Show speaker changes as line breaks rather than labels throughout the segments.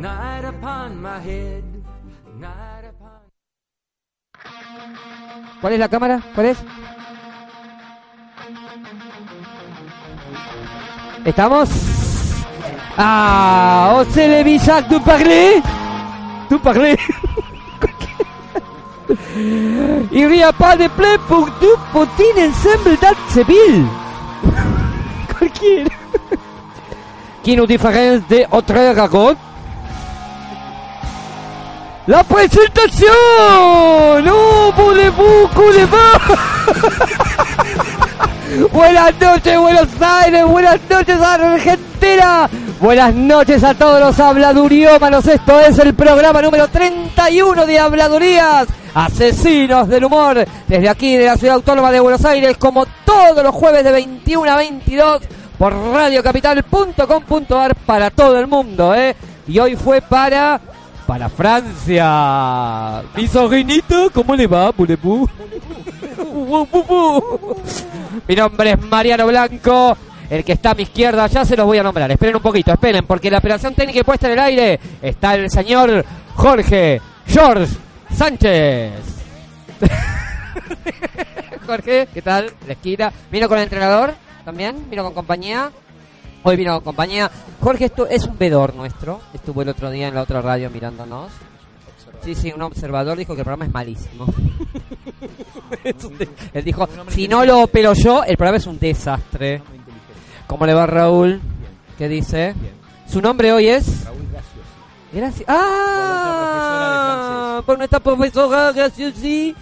night upon my head, night upon.
¿Cuál es la cámara? ¿Cuál es? ¿Estamos? Ah, on se le visage de parler De parler Il n'y a pas de plaie pour deux potines ensemble dans Seville Cualquiera Qui nous différence de autres ragots La présentation Non, voulez-vous couler Buenas noches, Buenos Aires. Buenas noches, Argentina. Buenas noches a todos los habladuriómanos. Esto es el programa número 31 de Habladurías. Asesinos del humor. Desde aquí, de la Ciudad Autónoma de Buenos Aires, como todos los jueves de 21 a 22 por radiocapital.com.ar para todo el mundo, ¿eh? Y hoy fue para... Para Francia. Mi sobrinito, ¿cómo le va, Bulepú? Mi nombre es Mariano Blanco. El que está a mi izquierda, ya se los voy a nombrar. Esperen un poquito, esperen, porque la operación técnica y puesta en el aire está el señor Jorge George Sánchez. Jorge, ¿qué tal? La esquina. Vino con el entrenador también, vino con compañía. Hoy vino con compañía. Jorge esto es un vedor nuestro. Estuvo el otro día en la otra radio mirándonos. Sí, sí, un observador dijo que el programa es malísimo. Es un de- Él dijo, si no lo opero yo, el programa es un desastre. ¿Cómo le va Raúl? ¿Qué dice? Su nombre hoy es... Gracias. Ah, por nuestra profesora Graciosi.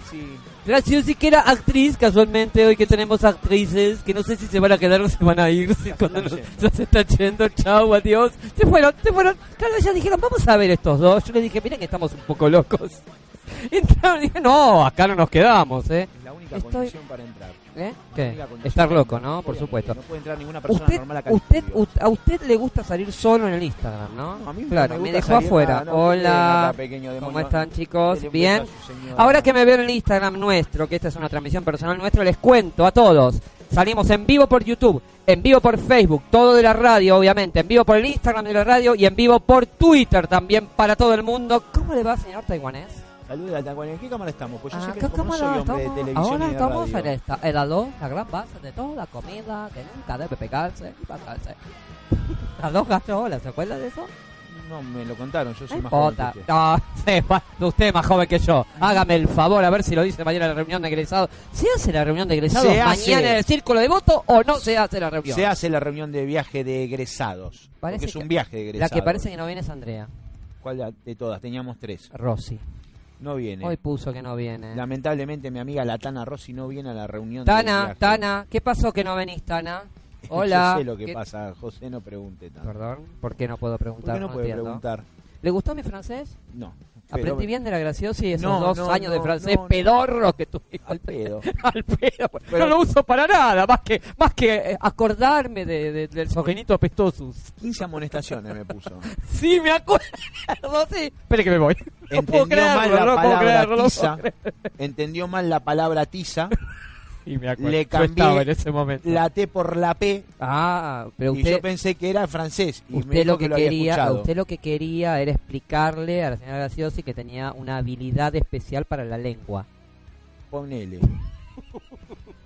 Graciosi que era actriz casualmente hoy que tenemos actrices que no sé si se van a quedar o se van a ir si cuando nos, ya se está yendo chau adiós se fueron se fueron claro ellas dijeron vamos a ver estos dos yo les dije miren que estamos un poco locos entraron y dije no acá no nos quedamos eh
Es la única
Estoy-
condición para entrar.
¿Eh?
La
¿Qué?
única condición
estar
para
loco
entrar.
no por
Obviamente,
supuesto
No puede entrar ninguna persona
usted,
normal acá. al
usted,
estudio.
u- a usted le gusta salir solo en el Instagram, ¿no?
No, a mí no
claro,
me
me
gusta
dejó
salir
afuera.
nada, no,
Hola,
usted, pequeño demonio.
¿cómo están
Dele
chicos?
vuelta
Bien.
a su señora.
Ahora que me veo en el Instagram nuestro, que esta es una transmisión personal nuestra, les cuento a todos. Salimos en vivo por YouTube, en vivo por Facebook, todo de la radio, obviamente, en vivo por el Instagram de la radio y en vivo por Twitter también para todo el mundo. ¿Cómo le va, señor taiwanés?
Saludos a la Tacuana. ¿En qué cámara estamos? Pues yo
Ah,
sé que
¿qué
como no soy
cámara
hombre de
estamos?
televisión
Ahora
y de
estamos en
radio.
esta, el aló, la gran base de toda la comida que nunca debe pegarse y pasarse. Aló Gastrola, ¿se acuerda de eso?
No, me lo contaron. Yo soy
No
más joven que
importa.
usted.
No, sí, bueno, usted es más joven que yo. Hágame el favor, a ver si lo dice mañana en la reunión de egresados. ¿Se hace la reunión de egresados
Se
mañana
hace.
en el círculo de voto o no se hace la reunión?
Se hace la reunión de viaje de egresados.
Parece
Porque es
que-
un viaje de
la
egresados.
que parece que no viene es Andrea.
¿Cuál de- de todas? Teníamos tres.
Rossi.
No viene.
Hoy puso que no viene.
Lamentablemente mi amiga la Tana Rossi no viene a la reunión de
Tana,
viaje.
Tana, ¿qué pasó que no venís, Tana?
Yo
Hola.
sé lo que
¿Qué-
pasa, José, no pregunte tanto.
Perdón, ¿por qué no puedo
¿Por
preguntar?
qué no puede
entiendo.
preguntar?
¿Le gustó mi francés?
No.
Aprendí bien de la graciosa y esos
No,
dos
no,
años de
no,
francés
no, no.
pedorro que tuve.
Al pedo.
Al pedo.
Pero-
no lo uso para nada, más que más que eh, acordarme de, de- del sogenito apestosus.
15 amonestaciones me puso.
Sí, me acuerdo, sí. Espere que me voy. No puedo
Entendió mal
creerlo,
la
no puedo
palabra
creerlo. no puedo
tiza.
creerlo.
Entendió mal la palabra tiza.
Y me acuerdo.
Le
Yo
cambié
estaba en ese momento.
La T por la P.
Ah, pero
Y yo
usted...
pensé que era francés. Y me
Usted
dijo
lo que,
había
quería,
escuchado.
usted lo que quería era explicarle a la señora Graciosi que tenía una habilidad especial para la lengua.
Ponele.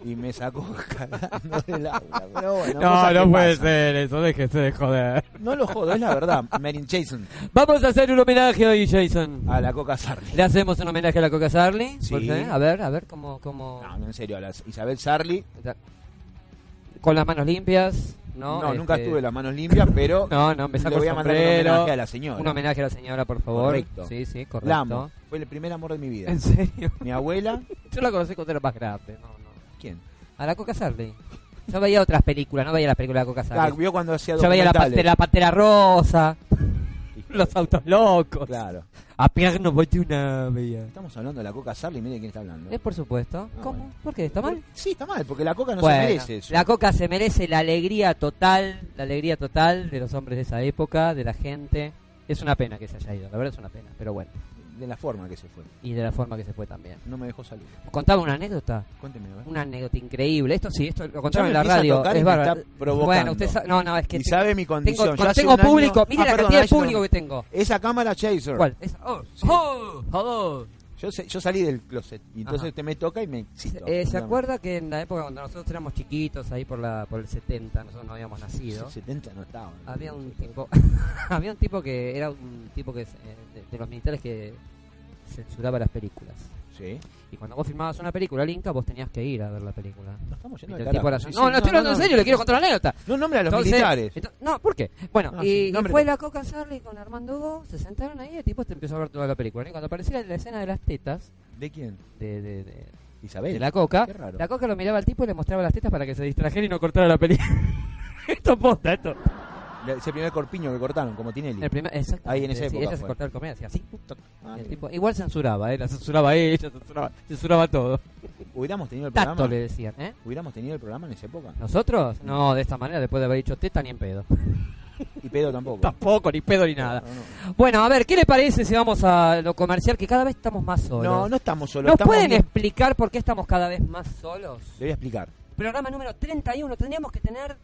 Y me sacó cagando del agua. Pero bueno,
No,
cosas
no
que
puede
pasan.
ser eso, déjese de joder.
No lo jodo, es la verdad. Merin Jason
Vamos a hacer un homenaje hoy, Jason.
a la Coca Sarli.
¿Le hacemos un homenaje a la Coca Sarli?
Sí.
¿Por qué? A ver, a ver cómo... cómo...
No, no, en serio, a la Isabel Sarli.
Con las manos limpias,
No,
¿no?
nunca
Este,
estuve las manos limpias, pero
No, no, me saco
le voy
el
a mandar un
sombrero.
homenaje a la señora.
Un homenaje a la señora, por favor.
Correcto.
Sí, sí, correcto.
La amo. Fue el primer amor de mi vida.
¿En serio?
Mi abuela,
Yo la conocí cuando era más grande. No, no.
¿quién?
A la Coca Sarli. Yo veía otras películas, no veía las películas de la Coca
Ah,
Sarli.
vio cuando hacía
Yo veía la
documentales.
pantera, la Pantera rosa, los autos locos.
Claro.
A pierno una veía.
Estamos hablando de la Coca Sarli, mire quién está hablando.
Eh, por supuesto.
Ah,
¿Cómo?
bueno.
¿Por qué? ¿Está mal?
Sí, está mal, porque la Coca no
Bueno,
se merece eso.
la coca se merece la alegría total, la alegría total de los hombres de esa época, de la gente. Es una pena que se haya ido, la verdad es una pena, pero bueno.
de la forma que se fue.
Y de la forma que se fue también.
No me dejó salir.
Contaba una anécdota.
Cuénteme, a ver.
Una anécdota increíble. Esto sí, esto lo
Ya
contaba
me
en la
empieza a
radio.
tocar y
Es
me
bárbaro.
está provocando.
Bueno, usted sabe. No, no, es que.
y
tengo-
sabe mi
tengo,
condición. Ya
cuando
hace
tengo
un año-
público. Mire
Ah,
la
perdón,
cantidad de
ahí yo no-
público que tengo.
Esa cámara chaser.
¿Cuál? Esa- oh, oh, oh.
Yo, se- yo salí del closet. Y entonces
Ajá.
usted me toca y me excito.
Eh, ¿Se
Dígame.
acuerda que en la época cuando nosotros éramos chiquitos, ahí por la por el 70, nosotros no habíamos nacido?
70 no estaba.
Había un tipo, había un tipo que era un tipo que eh, de, de los militares que censuraba las películas.
Sí.
Y cuando vos filmabas una película al Inca, vos tenías que ir a ver la película.
Nos estamos
Y
yendo
el
al
tipo
carajo.
era-
Sí, sí,
no, no estoy hablando en
no.
serio, le quiero contar una anécdota.
No nombre a los
Entonces-
militares.
ento- no, ¿por qué? Bueno,
Ah,
y,
sí,
y
nombre
fue
no.
la Coca Sarli con Armando Go, se sentaron ahí y el tipo te empezó a ver toda la película. Y cuando aparecía la escena de las tetas
¿De quién?
de, de- de-
Isabel.
de la Coca,
Qué raro.
la Coca lo miraba al tipo y le mostraba las tetas para que se distrajera y no cortara la película. esto posta, esto.
La- Ese primer corpiño que cortaron, como Tinelli.
El primer, exacto.
Ahí en esa época
ella se
fue.
cortaba el comer, hacía así.
Ah,
El
mira.
tipo- igual censuraba, ¿eh? La censuraba ella, censuraba, censuraba todo.
Hubiéramos tenido el
Tato
programa.
le decían, ¿eh?
Hubiéramos tenido el programa en esa época.
¿Nosotros? No, de esta manera, después de haber dicho teta, ni en pedo.
Y pedo tampoco.
Tampoco, ni pedo, ni nada.
No, no.
Bueno, a ver, ¿qué le parece si vamos a lo comercial? Que cada vez estamos más solos.
No, no estamos solos.
¿Nos
estamos
pueden
bien.
explicar por qué estamos cada vez más solos?
Le voy a explicar.
Programa número 31, tendríamos que tener...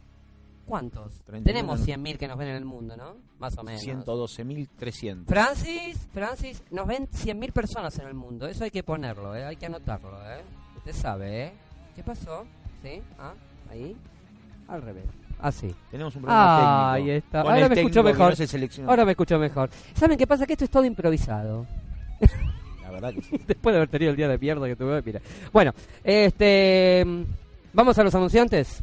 ¿Cuántos?
31,
Tenemos
¿no?
100.000 que nos ven en el mundo, ¿no? Más o menos.
112.300.
Francis, Francis, nos ven 100.000 personas en el mundo. Eso hay que ponerlo, ¿eh? hay que anotarlo. ¿eh? Usted sabe, ¿eh? ¿Qué pasó? ¿Sí? ¿Ah? ¿Ahí? Al revés. Ah, Así.
Tenemos un programa
Ah,
técnico.
ahí está.
Con
Ahora
el
me escucho
técnico que
mejor.
no se seleccionó.
Ahora me escucho mejor. ¿Saben qué pasa? Que esto es todo improvisado.
La verdad que sí.
Después de haber tenido el día de mierda que tuve, mira. Bueno, este. mm, Vamos a los anunciantes.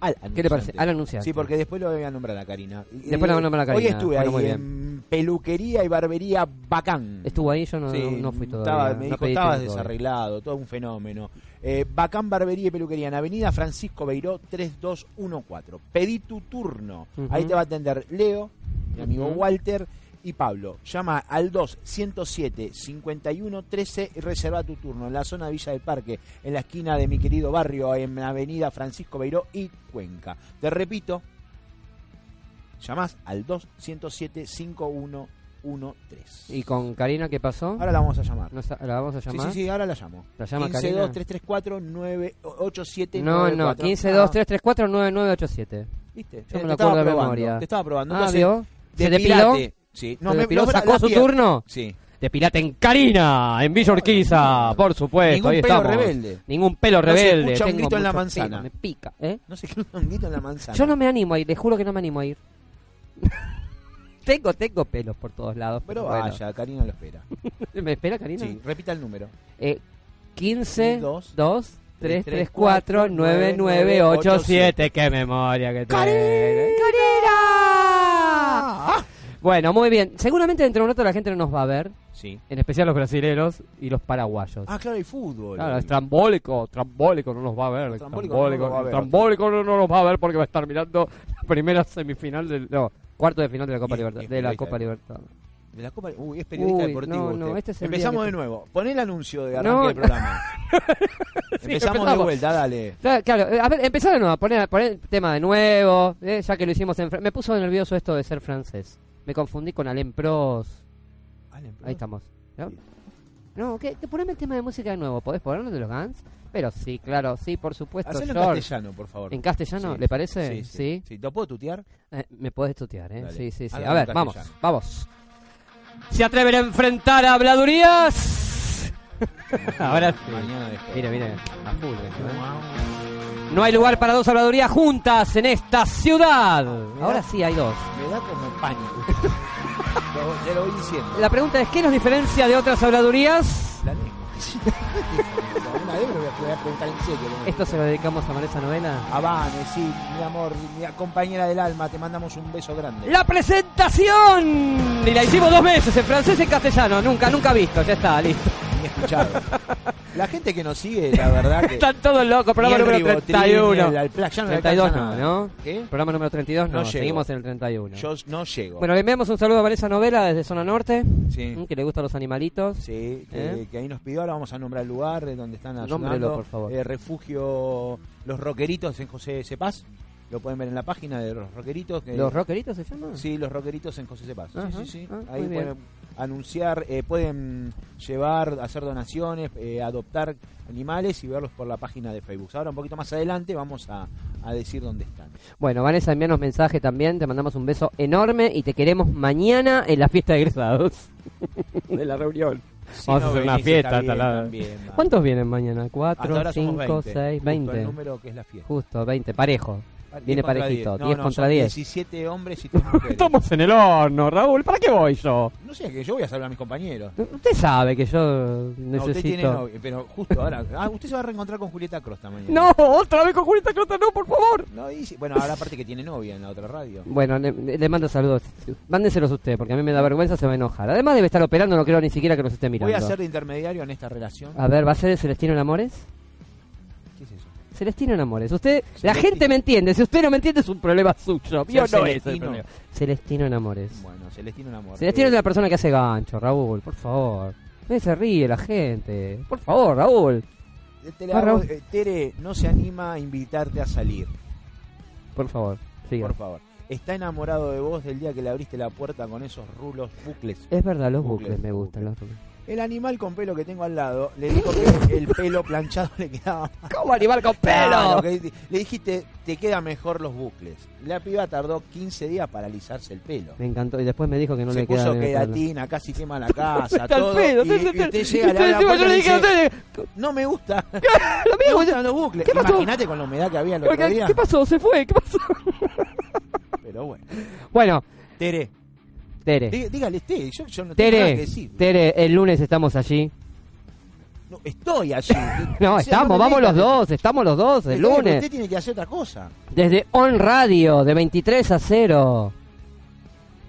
Al
¿Qué le parece?
anunciante.
Al anunciante.
Sí, porque después lo voy a nombrar a Karina.
Después la voy a nombrar a
Hoy
Karina.
estuve
Bueno, muy
ahí en peluquería y barbería bacán.
Estuvo ahí, yo no,
Sí,
no fui todavía.
estaba-
no
me dijo,
pedí
estabas
tiempo todavía".
desarreglado, todo un fenómeno. Eh, Bacán Barbería y Peluquería en Avenida Francisco Beiró 3214. Pedí tu turno.
Ujú.
Ahí te va a atender Leo, mi amigo
Ujú.
Walter y Pablo. Llama al 2 107 51 13 y reserva tu turno en la zona de Villa del Parque, en la esquina de mi querido barrio, en Avenida Francisco Beiró y Cuenca. Te repito, llamás al 2 107 5113.
¿Y con Karina qué pasó?
Ahora la vamos a llamar.
Nos- ¿La vamos a
Sí,
llamar?
sí, sí, ahora la llamo.
¿La llama
15
Karina?
2 3 3 4 9 8 7
No,
9
no,
4.
15
Ah,
2 3 3 4 9 9 8 7.
¿Viste? Eh,
me
te
lo
estaba
acuerdo de
probando,
memoria.
Te estaba probando.
Ah,
Entonces,
¿vio? ¿Se depiló?
depilate. Sí.
¿Se depiló?
no la-
¿Sacó
la
su
pier-
turno?
Sí.
Depilate en Karina, en Villa Urquiza, por supuesto.
Ningún
ahí
pelo
estamos.
rebelde.
Ningún pelo
No se
rebelde.
escucha un
tengo
grito en la
mucho
manzana.
pelo, me pica, ¿eh?
No sé qué un honguito en la manzana.
Yo no me animo a ir, les juro que no me animo a ir. tengo, tengo pelos por todos lados.
Pero
pero bueno.
vaya, Karina lo espera.
¿Me espera Karina?
Sí, repita el número.
Eh, 15
Dos,
2 3
tres,
3 4 9 9 8 7. ¡Qué memoria que tengo! ¡Karina! Bueno, muy bien. Seguramente dentro de un rato la gente no nos va a ver.
Sí.
En especial los brasileros y los paraguayos.
Ah, claro, el fútbol.
Claro, es trambólico, trambólico no nos va a ver. el
Trambólico
Trambólico,
no nos va a ver.
trambólico no no nos va a ver porque va a estar mirando la primera semifinal del. No, cuarto de final de la Copa
Y-
Libertad.
y
De la
periodista.
Copa Libertad.
De la Copa. Uy, es periodista
Uy,
deportivo.
no, no,
usted.
este es el día
Empezamos
que-
de nuevo. Pon el anuncio de arranque
No.
del programa. empezamos de
empezamos.
vuelta, dale.
Claro, claro, eh, a ver, empezá de nuevo, poner, el tema de nuevo, eh, ya que lo hicimos en... fr- Me puso nervioso esto de ser francés. Me confundí con Alain Prost.
Ah,
Ahí estamos. ¿no?
Bien.
No, que, que poneme el tema de música de nuevo. ¿Podés ponerlo de los Guns? Pero sí, claro, sí, por supuesto.
Hacelo en
George.
castellano, por favor.
¿En castellano?
Sí,
¿Le parece?
Sí. sí. Sí, ¿Te puedo tutear?
Eh, me podés tutear, ¿eh?
Dale.
Sí, sí, sí.
Hágalo
A ver,
en
vamos,
castellano.
vamos. ¿Se atreven a enfrentar a habladurías? Ahora sí.
Mañana después.
Mira, mira, a full, ¿eh? No hay lugar para dos habladurías juntas en esta ciudad. Ahora sí hay dos.
Me da como pánico. Lo- Te lo voy diciendo.
La pregunta es, ¿qué nos diferencia de otras habladurías?
La lengua. Una vez me voy a voy a preguntar en serio. ¿no?
Esto se lo dedicamos a Vanessa Novela.
A Vane, sí, mi amor, mi compañera del alma, te mandamos un beso grande.
¡La presentación! Y la hicimos dos veces, en francés y en castellano. Nunca, nunca visto. Ya está, listo.
Ni escuchado. La gente que nos sigue, la verdad que...
Están todos locos.
ni
Programa
el
número
ribotril, ni
31.
el Alplac, ya no le
32
alcanza
no,
nada.
¿no?
¿Qué?
Programa número 32 no.
No llego.
Seguimos en el 31.
Yo no llego.
Bueno, le enviamos un saludo a Vanessa Novela desde Zona Norte.
Sí.
mm, Que le gustan los animalitos.
Sí, que,
¿Eh?
que ahí nos pidió, ahora vamos a nombrar el lugar de donde están ayudando.
Nómbrelo, por favor.
Eh, refugio Los Roqueritos en José Cepaz. Lo pueden ver en la página de los rockeritos. que-
¿Los rockeritos se llaman?
Sí, los rockeritos en José Cepaz. Sí,
Ajá,
sí, sí.
ah,
Ahí
muy bien.
pueden anunciar, eh, pueden llevar, hacer donaciones, eh, adoptar animales y verlos por la página de Facebook. Ahora un poquito más adelante vamos a, a decir dónde están.
Bueno, Vanessa, envíanos mensaje también. Te mandamos un beso enorme y te queremos mañana en la fiesta de egresados. de la reunión.
Si
Vamos a
no
hacer una
venís,
fiesta
está
hasta
bien,
la-
también, va.
¿Cuántos vienen mañana?
Hasta
4,
ahora somos
5,
20,
6,
justo El
20.
número que es la fiesta.
Justo, 20, parejo. Viene
10 Ah, contra
parejito,
10. No,
10
no,
contra
son
10.
17 hombres y 3 mujeres.
en el horno, Raúl. ¿Para qué voy yo?
No sé, que yo voy a saludar a mis compañeros.
Usted sabe que yo
No, usted tiene
necesito.
novio, pero justo ahora. Ah, usted se va a reencontrar con Julieta Crosta mañana.
No, otra vez con Julieta Crota, no, por favor.
No, y sí- bueno, ahora aparte que tiene novia en la otra radio.
Bueno, le, le mando saludos. Mándeselos usted, porque a mí me da vergüenza, se va a enojar. Además debe estar operando, no creo ni siquiera que nos esté mirando. Ah.
Voy a ser de intermediario en esta relación.
A ver, ¿va a ser el Celestino en Amores?
¿Qué es eso?
Celestino en Amores. Usted, la
Celesti-
gente me entiende. Si usted no me entiende, es un problema suyo. Mío
Ser
no es el
Celestino.
problema. Celestino en Amores.
Bueno, Celestino en amor.
Celestino
Eh,
es la persona que hace gancho, Raúl, por favor. No se ríe la gente. Por favor, Raúl.
te la hago-
Barra-
eh, Tere no se anima a invitarte a salir,
Por favor, siga.
por favor. Está enamorado de vos del día que le abriste la puerta con esos rulos bucles.
Es verdad, los
Bucles,
bucles, me gustan. Los bucles.
El animal con pelo que tengo al lado le dijo que el pelo planchado le quedaba más
¿Cómo animal con
Claro,
pelo?
Ah, que le dijiste, te queda mejor los bucles. La piba tardó 15 días para alisarse el pelo.
Me encantó. Y después me dijo que no
se
le queda
puso
bien el pelo.
quedatina, casi quema la casa,
Está el
todo.
pedo,
y,
está-
y
está-
usted
está
llega, le abre la
encima,
puerta
yo le
y
dije,
dice,
usted-
no me gusta,
lo
me
mismo,
gustan los bucles.
¿Qué pasó?
Imagínate con la humedad que había el otro
¿Qué,
día.
qué pasó? ¿Se fue? ¿Qué pasó?
Pero bueno.
Bueno,
Tere,
Tere.
dí- dígale usted, yo, yo no tengo nada
Eh.
que
Tere,
decir.
Tere, el lunes estamos allí.
No, estoy allí.
No,
O sea,
estamos,
no
vamos
tenés
los
que-
dos, estamos los dos, el
Tere,
lunes.
Usted tiene que hacer otra cosa.
Desde On Radio, de 23 a 0.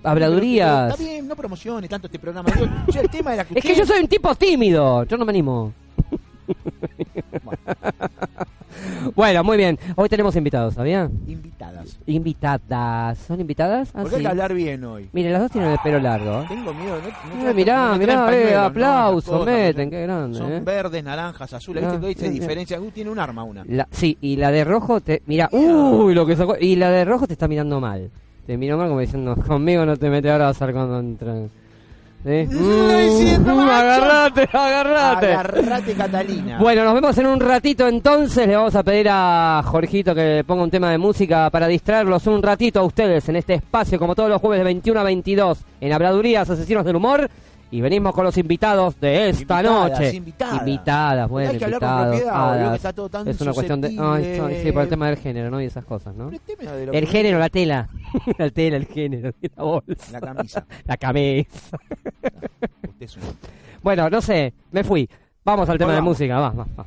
Habladurías.
Está bien, no promocione tanto este programa. Yo, yo el tema era que
Es que yo
usted-
soy un tipo tímido, yo no me animo. Bueno, muy bien. Hoy tenemos invitados, ¿sabía?
Invitadas.
Invitadas. ¿Son invitadas? Ah,
Porque
sí.
hay que hablar bien hoy.
Miren, las dos tienen el pelo largo. ¿eh?
Tengo miedo, no,
Mira,
no traen-
mirá,
no traen
mirá,
pañuelo,
eh,
no,
aplausos,
esas cosas,
meten,
no.
qué grande,
Son
eh.
verdes, naranjas, azules,
Ah,
¿viste? Todo
sí,
dice
sí.
diferencia. Uh, tiene un arma una.
La- sí, y la de rojo te... Mira, uy, lo que sacó... Y la de rojo te está mirando mal. Te miró mal como diciendo, conmigo no te metes, ahora vas a ser cuando entran. ¿Sí?
Estoy siendo
Mm, Eh,
macho.
uh, agarrate, agarrate.
Agarrate, Catalina.
Bueno, nos vemos en un ratito entonces. Le vamos a pedir a Jorgito que le ponga un tema de música para distraerlos un ratito a ustedes en este espacio, como todos los jueves de 21 a 22, en Habladurías Asesinos del Humor. Y venimos con los invitados de esta
Invitadas,
noche.
invitadas.
Invitadas, bueno,
Hay que hablar con
invitados.
propiedad, boludo,
hadas.
que está todo tan
es una cuestión de. Ay,
susceptible.
sí, por el tema del género, ¿no? Y esas cosas, ¿no?
Pero el tema de lo
El
que-
género, la tela. la tela, el género, la bolsa,
La camisa.
la cabeza.
Usted es un-
Bueno, no sé, me fui. Vamos al tema de
Volvamos.
música, va, va, va.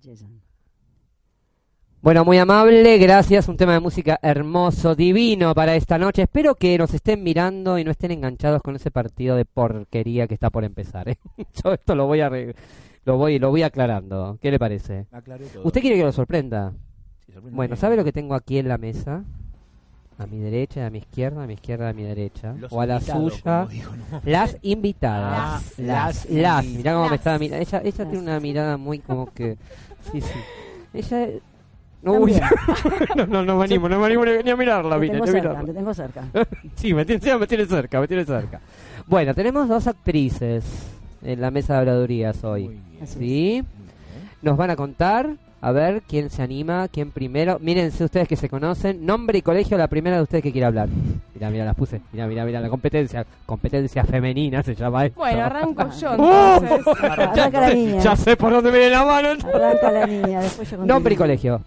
Yeyan.
Bueno, muy amable, gracias. Un tema de música hermoso, divino para esta noche. Espero que nos estén mirando y no estén enganchados con ese partido de porquería que está por empezar. ¿eh? Yo esto lo voy a re- lo voy lo voy aclarando. ¿Qué le parece?
Aclaré todo.
¿Usted quiere que lo sorprenda?
Sí, sorprende.
Bueno, ¿sabe lo que tengo aquí en la mesa? A mi derecha, a mi izquierda, a mi izquierda, a mi derecha.
Los
o a la
invitados,
suya.
como digo, ¿no?
Las invitadas.
Las, las,
Las.
y-
Mirá cómo me
las.
estaba mirando. Ella, ella
Las.
tiene una mirada muy como que. Sí, sí. Ella. es- No,
También.
uy, no, no, no me animo, no me animo ni- ni a mirarla,
Te
mira,
tengo
ni a
cerca,
mirarla.
te tengo cerca.
Sí, me tiene, me tiene cerca, me tiene cerca. Bueno, tenemos dos actrices en la mesa de habladurías
Muy
hoy.
bien,
Así
¿Sí?
muy bien.
Nos van a contar, a ver quién se anima, quién primero. Mírense ustedes que se conocen. Nombre y colegio, la primera de ustedes que quiera hablar. Mirá, mirá, las puse. Mirá, mirá, mirá, la competencia. Competencia femenina se llama esto.
Bueno, arranco yo
¡Oh!
entonces.
Arranca la niña.
Ya sé por dónde viene la mano.
Arranca la niña, después yo continúo.
Nombre y colegio.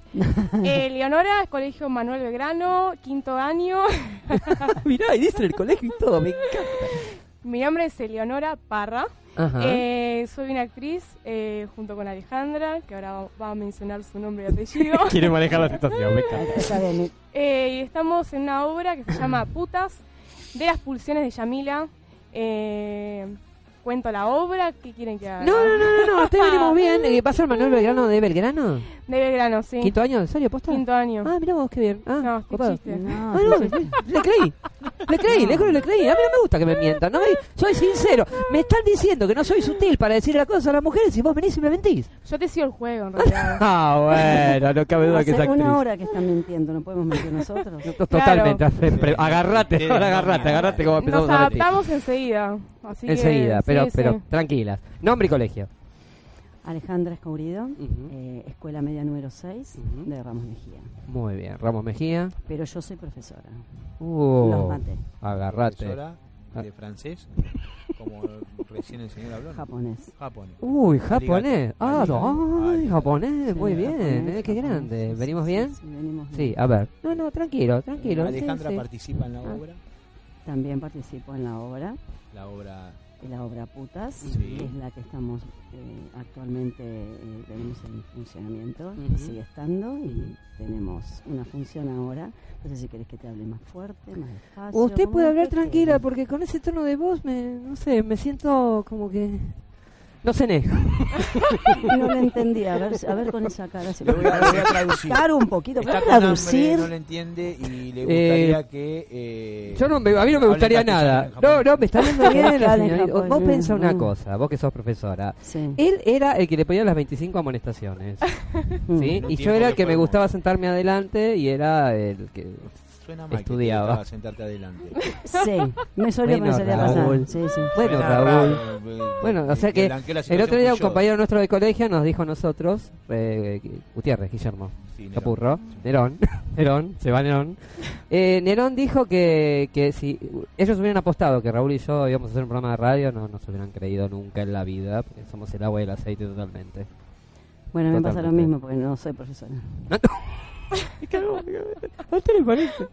Eh, Leonora, es colegio Manuel Belgrano, quinto año.
mirá, y dice el colegio y todo, me encanta.
Mi nombre es Eleonora Parra.
Ajá.
Eh, soy una actriz eh, junto con Alejandra, que ahora va a mencionar su nombre y apellido.
Quiere manejar la situación, me encanta.
Está bien, mi-
Eh, y estamos en una obra que se llama Putas, de las pulsiones de Yamila. Eh, cuento la obra, ¿qué quieren que haga?
No, no, no, no, no, ustedes
Ah.
venimos bien. Eh, ¿Va a ser Manuel Belgrano de Belgrano?
De Belgrano, sí.
¿Quinto año? ¿En serio, posta?
Quinto año.
Ah, mirá vos, qué bien. Ah,
No, qué
copado.
chiste.
No,
Ah, no, le creí. Le creí, le juro, le creí. A mí no me gusta que me mientan. No me- soy sincero. Me están diciendo que no soy sutil para decir las cosas a las mujeres y vos venís y me mentís.
Yo te sigo el juego, en realidad.
Ah, bueno, no cabe duda que es
Hace
actriz.
una hora que están mintiendo, no podemos mentir nosotros.
Totalmente.
Claro.
hace- pre- Agarrate, ahora agarrate, agarrate como empezamos
Nos
a mentir.
adaptamos enseguida. Así que-
Enseguida, pero,
sí, sí.
pero tranquilas. Nombre y colegio.
Alejandra Escaurido,
Ujú.
eh, Escuela Media número 6
Ujú.
de Ramos Mejía.
Muy bien. Ramos Mejía.
Pero yo soy profesora.
Uh,
Los maté.
agarrate.
Profesora
Ah.
de francés, como recién el señor habló. ¿no?
Japonés.
Japón.
Uy, japonés. Ah,
Arigato.
ay,
Arigato.
japonés. Muy
Sí,
bien.
japonés,
eh, Qué
japonés.
grande.
Sí,
¿Venimos
sí,
bien?
Sí, venimos bien.
Sí, a ver. No, no, tranquilo, tranquilo. sí,
Alejandra
sí.
participa en la
Ah.
obra,
También participo en la obra,
la obra
en la obra Putas,
Sí.
que es la que estamos eh, actualmente, eh, tenemos en funcionamiento,
Ujú.
sigue estando y tenemos una función ahora. No sé si querés que te hable más fuerte, más despacio.
Usted
como
puede hablar
quieras.
tranquila porque con ese tono de voz me, no sé, me siento como que no cené.
No lo entendí, a ver, a ver con esa cara. Si
Le
lo
voy a, le voy a traducir.
Claro, un poquito,
Está
¿puedes
con hambre,
traducir?
no lo entiende y le gustaría que. eh,
Yo no me, a mí no me
hable
gustaría
castellano
nada.
en
No,
japonés.
no, me está viendo bien la
Claro, en
señorita. Vos
japonés,
pensá una
¿no?
cosa, vos que sos profesora.
Sí.
Él era el que le ponía las 25 amonestaciones,
Mm.
¿sí?
No
Y yo
tiempo
era el
que
que me
podemos.
gustaba sentarme adelante y era el que...
Suena mal
Estudiaba.
que te gustaba sentarte adelante.
Sí, me solía
Bueno,
pensar
Raúl.
pasar. Sí, sí.
Bueno,
Suena
Raúl.
raro, eh,
Bueno, o sea
eh,
que
blanqueó la
el
situación
otro día un
Peugeot.
compañero nuestro de colegio nos dijo a nosotros, eh, Gutiérrez, Guillermo,
Sí, Nerón.
Capurro, Nerón, Nerón, se va Nerón. Eh, Nerón dijo que, que si ellos hubieran apostado que Raúl y yo íbamos a hacer un programa de radio, no nos hubieran creído nunca en la vida, porque somos el agua y el aceite totalmente.
Bueno, me pasa lo
Totalmente.
mismo porque no soy profesora.
¿A usted le parece?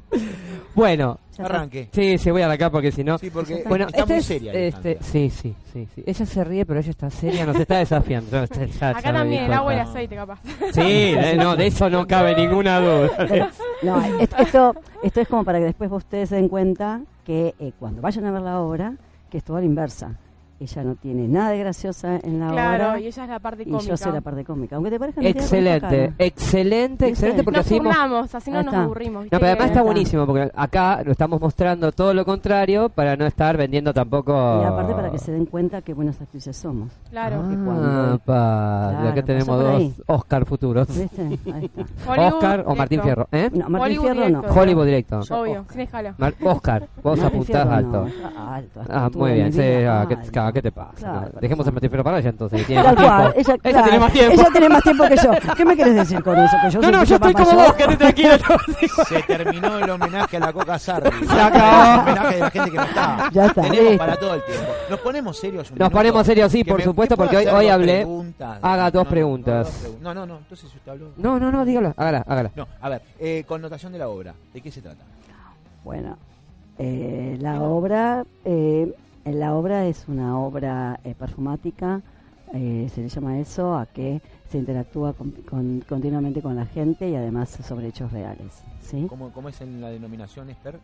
Bueno,
Ya está.
Arranque.
sí, sí, voy a arrancar porque si no...
Sí, porque
Bueno,
está
esta
muy
es,
seria.
este,
Alejandra.
sí, sí, sí, sí. Ella se ríe, pero ella está seria, nos está desafiando. Ya- ya- ya
Acá
me
también,
dijo
el agua y
acá.
el aceite, capaz.
Sí, de- no, de eso no cabe ninguna duda.
No, esto, esto, esto es como para que después ustedes se den cuenta que eh, cuando vayan a ver la obra, que es toda la inversa. Ella no tiene nada de graciosa en la
Claro,
obra
y ella es la parte
y
cómica.
yo soy la parte cómica. Aunque te parezca mentira, con esta
Excelente,
cara.
excelente, excelente,
¿Viste?
porque
nos
así... mo-
turnamos, así no
Ahí
nos
está.
aburrimos. ¿viste?
No, pero además
Ahí
está
está.
buenísimo, porque acá lo estamos mostrando todo lo contrario para no estar vendiendo tampoco...
Y
Eh,
aparte para que se den cuenta que buenas actrices somos.
Claro.
que
Ah,
cuando-
pa,
Claro,
acá tenemos
pasó por
dos
ahí.
Oscar futuros.
¿Viste? Ahí está.
Hollywood
Oscar o
directo.
Martín Fierro, ¿eh?
No, Martín
Hollywood
Fierro no.
directo.
Hollywood directo.
Obvio, sin escala.
Mar- Oscar, vos
Martín
apuntás
Fierro
alto.
no, está alto,
Ah,
alto,
muy
mi
bien, sí,
vida,
ah, ¿qué,
alto.
ah, ¿qué te pasa?
Claro,
No, Dejemos el
corazón.
Martín Fierro para ella entonces. que Tiene
Tal
más
cual,
tiempo.
ella, claro,
tiene más tiempo.
Ella tiene más tiempo que yo. ¿Qué me quieres decir con eso? Que yo
No, no,
soy
yo
mucho
estoy
más
como
mayor.
vos, quédate tranquilo.
Se terminó el homenaje a la Coca Sarri.
Se acabó.
El homenaje de la gente que no está.
Ya está,
Tenemos
listo.
para todo el tiempo. Nos ponemos serios. un
Nos
minuto?
ponemos serios, sí,
Que
por
me-
supuesto,
que puedo
porque hoy-
hacer
hoy
dos
hablé.
preguntas.
Haga dos
No, no,
preguntas.
no, dos pregun- No, no, no. Entonces usted habló.
No, no, no, dígalo, hágala, hágala.
No, a ver, eh, connotación de la obra. ¿De qué se trata?
Bueno, eh, la obra, eh, la obra es una obra eh, perfumática, eh, se le llama eso a que se interactúa con- con- continuamente con la gente y además sobre hechos reales. ¿sí?
¿Cómo, cómo es en la denominación? ¿Es per-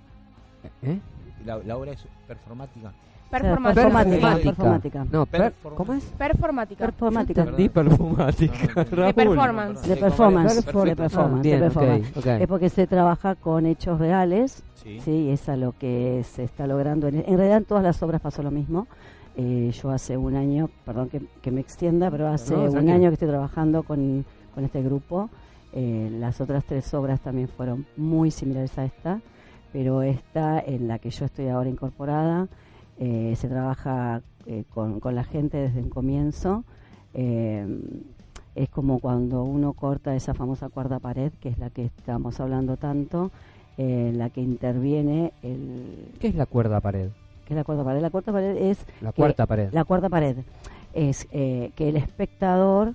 ¿Eh?
la, la obra es performática?
Performática.
Performática.
No, per-
Performática.
¿cómo es?
Performática.
Performática.
Perdón.
Di performática,
No, no, no.
Raúl.
De performance.
De performance, de
Perfecto.
performance,
Bien,
de
ok,
performance.
ok.
Es porque se trabaja con hechos reales,
Sí.
sí, y es a lo que se está logrando. En, en realidad en todas las obras pasó lo mismo. Eh, yo hace un año, perdón que, que me extienda, pero hace
No,
un
tranquilo.
año que estoy trabajando con, con este grupo. Eh, las otras tres obras también fueron muy similares a esta, pero esta en la que yo estoy ahora incorporada eh, se trabaja eh, con, con la gente desde el comienzo. Eh, es como cuando uno corta esa famosa cuarta pared, que es la que estamos hablando tanto, eh, la que interviene, el,
¿Qué es la cuerda pared?
¿qué es la cuarta pared? La cuarta pared es
La
que-
cuarta pared.
la cuarta pared es eh, que el espectador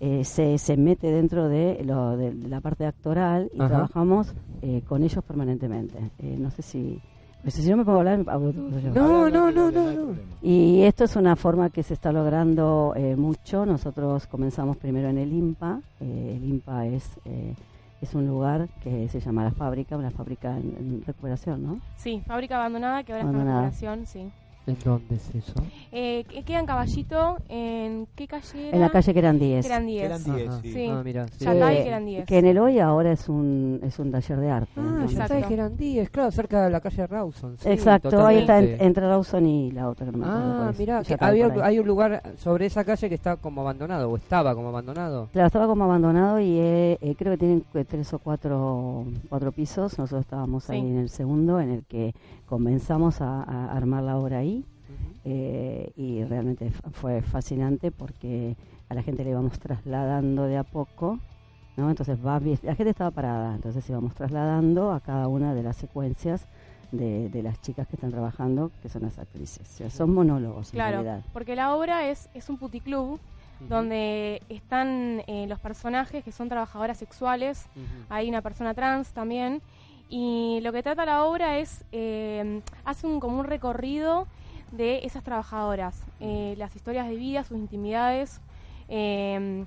eh, se, se mete dentro de, lo, de la parte actoral y
Ajá.
trabajamos eh, con ellos permanentemente. Eh, no sé si... no sé, Si no me puedo hablar, hablo todo yo.
No, no, no,
Dale,
no,
hay
no.
problema.
Y esto es una forma que se está logrando eh, mucho. Nosotros comenzamos primero en el IMPA. Eh, el IMPA es, eh, es un lugar que se llama La Fábrica, una fábrica en, en recuperación, ¿no?
Sí, fábrica abandonada que ahora
Abandonada.
está en recuperación, sí.
¿En dónde es eso?
Eh, que- queda en Caballito, ¿en qué calle era?
En la calle Queran 10.
Quedan 10.
Quedan diez,
Ajá.
sí.
Sí.
Ah, mira. sí.
Ya Yatay
Eh,
Queran 10.
Que en el hoy ahora es un, es un taller de arte.
Ah,
entonces.
ya
Exacto.
sabes que eran 10, claro, cerca de la calle Rawson. sí,
Exacto, ahí está en-
totalmente.
entre Rawson y la otra que no me acuerdo cuál
Ah,
es.
mira,
Yatay,
había,
por ahí.
hay un lugar sobre esa calle que está como abandonado, o estaba como abandonado.
Claro, estaba como abandonado y eh, eh, creo que tienen eh, tres o cuatro, cuatro pisos. Nosotros estábamos ahí
Sí.
en el segundo, en el que comenzamos a, a armar la obra ahí. eh, y realmente fa- fue fascinante porque a la gente le íbamos trasladando de a poco. ¿no? Entonces va, vi- la gente estaba parada, entonces íbamos trasladando a cada una de las secuencias de, de las chicas que están trabajando, que son las actrices. O sea, son monólogos en
Claro,
realidad.
porque la obra es, es un puticlub
Ujú.
donde están eh, los personajes que son trabajadoras sexuales,
Ujú.
hay una persona trans también, y lo que trata la obra es, eh, hace un, como un recorrido de esas trabajadoras, eh, las historias de vida, sus intimidades, eh,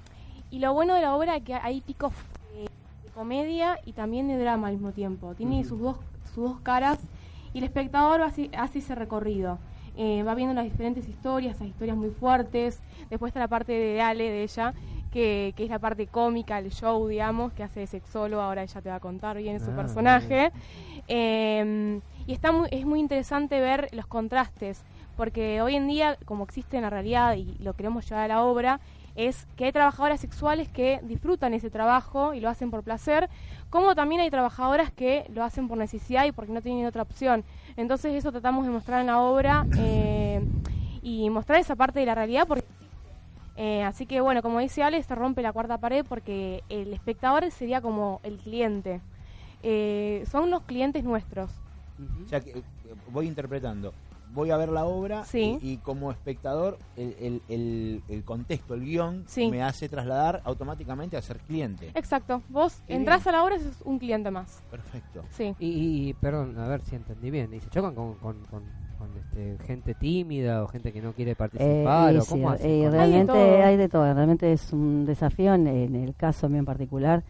y lo bueno de la obra es que hay picos eh, de comedia y también de drama al mismo tiempo, tiene
Ujú.
sus, dos, sus dos caras, y el espectador va así- hace ese recorrido. Eh, va viendo las diferentes historias, esas historias muy fuertes. Después está la parte de Ale, de ella, que, que es la parte cómica, el show, digamos, que hace de sexólogo. Ahora ella te va a contar bien su
Ah,
personaje. Eh, y está muy, es muy interesante ver los contrastes, porque hoy en día, como existe en la realidad y lo queremos llevar a la obra, es que hay trabajadoras sexuales que disfrutan ese trabajo y lo hacen por placer, como también hay trabajadoras que lo hacen por necesidad y porque no tienen otra opción. Entonces eso tratamos de mostrar en la obra eh, y mostrar esa parte de la realidad porque eh, así que bueno, como dice Alex, se rompe la cuarta pared porque el espectador sería como el cliente. Eh, son los clientes nuestros.
O sea, que, eh, voy interpretando. Voy a ver la obra
Sí.
y, y como espectador el, el- el- el contexto, el guión,
Sí.
me hace trasladar automáticamente a ser cliente.
Exacto. Vos
Qué
entrás a la obra y sos un cliente más.
Perfecto.
Sí.
Y, y- y, perdón, a ver si entendí bien. ¿Y se chocan con, con, con, con, este, gente tímida o gente que no quiere participar?
Eh, y
o
sí,
cómo hacen
eh,
con-
real-
realmente
Hay
hay
de
de,
todo.
todo, realmente es un desafío en, en el caso mío en particular,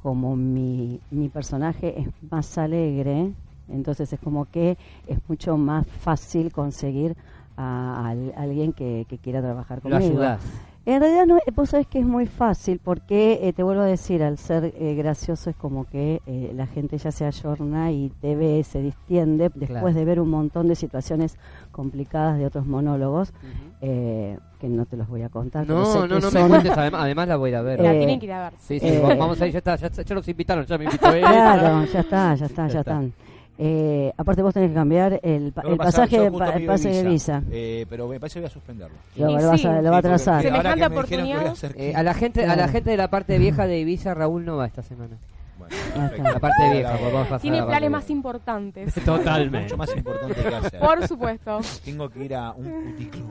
como mi, mi personaje es más alegre, entonces es como que es mucho más fácil conseguir a, al- alguien que, que quiera trabajar
Lo
conmigo.
ayudás.
En realidad no, eh, vos sabés que es muy fácil porque, eh, te vuelvo a decir, al ser eh, gracioso es como que eh, la gente ya se ayorna y te ve, se distiende después
Claro.
de ver un montón de situaciones complicadas de otros monólogos eh, que no te los voy a contar. pero sé
No, no,
que
no me
son-
cuentes. Además, además la voy a ir a ver.
Eh,
La tienen que ir a ver.
sí, sí,
eh,
va- vamos a ir. Ya está, ya, está, ya los invitaron, ya me invitó él.
Claro, ya está, ya está,
Ya
ya,
está.
están. Eh, aparte vos tenés que cambiar el, pa-
Lo que
el
pasa,
pasaje,
yo
de
justo
pa- el
pido
pase de visa.
Eh, pero me parece que voy a suspenderlo.
Lo,
Y
lo vas a,
sí.
lo va
Sí,
a
porque
atrasar.
Se-
ahora que
Semejante
me dijeron que voy a ser
Eh, a la gente, a la gente de la parte vieja de Ibiza, Raúl no va esta semana.
Bueno,
está.
perfecto.
La parte vieja, pues vamos a pasar a
Tiene
la
planes
parte
más importantes.
vieja.
Mucho
Totalmente.
más importante que hacer.
Por supuesto.
Tengo que ir a un puticlub.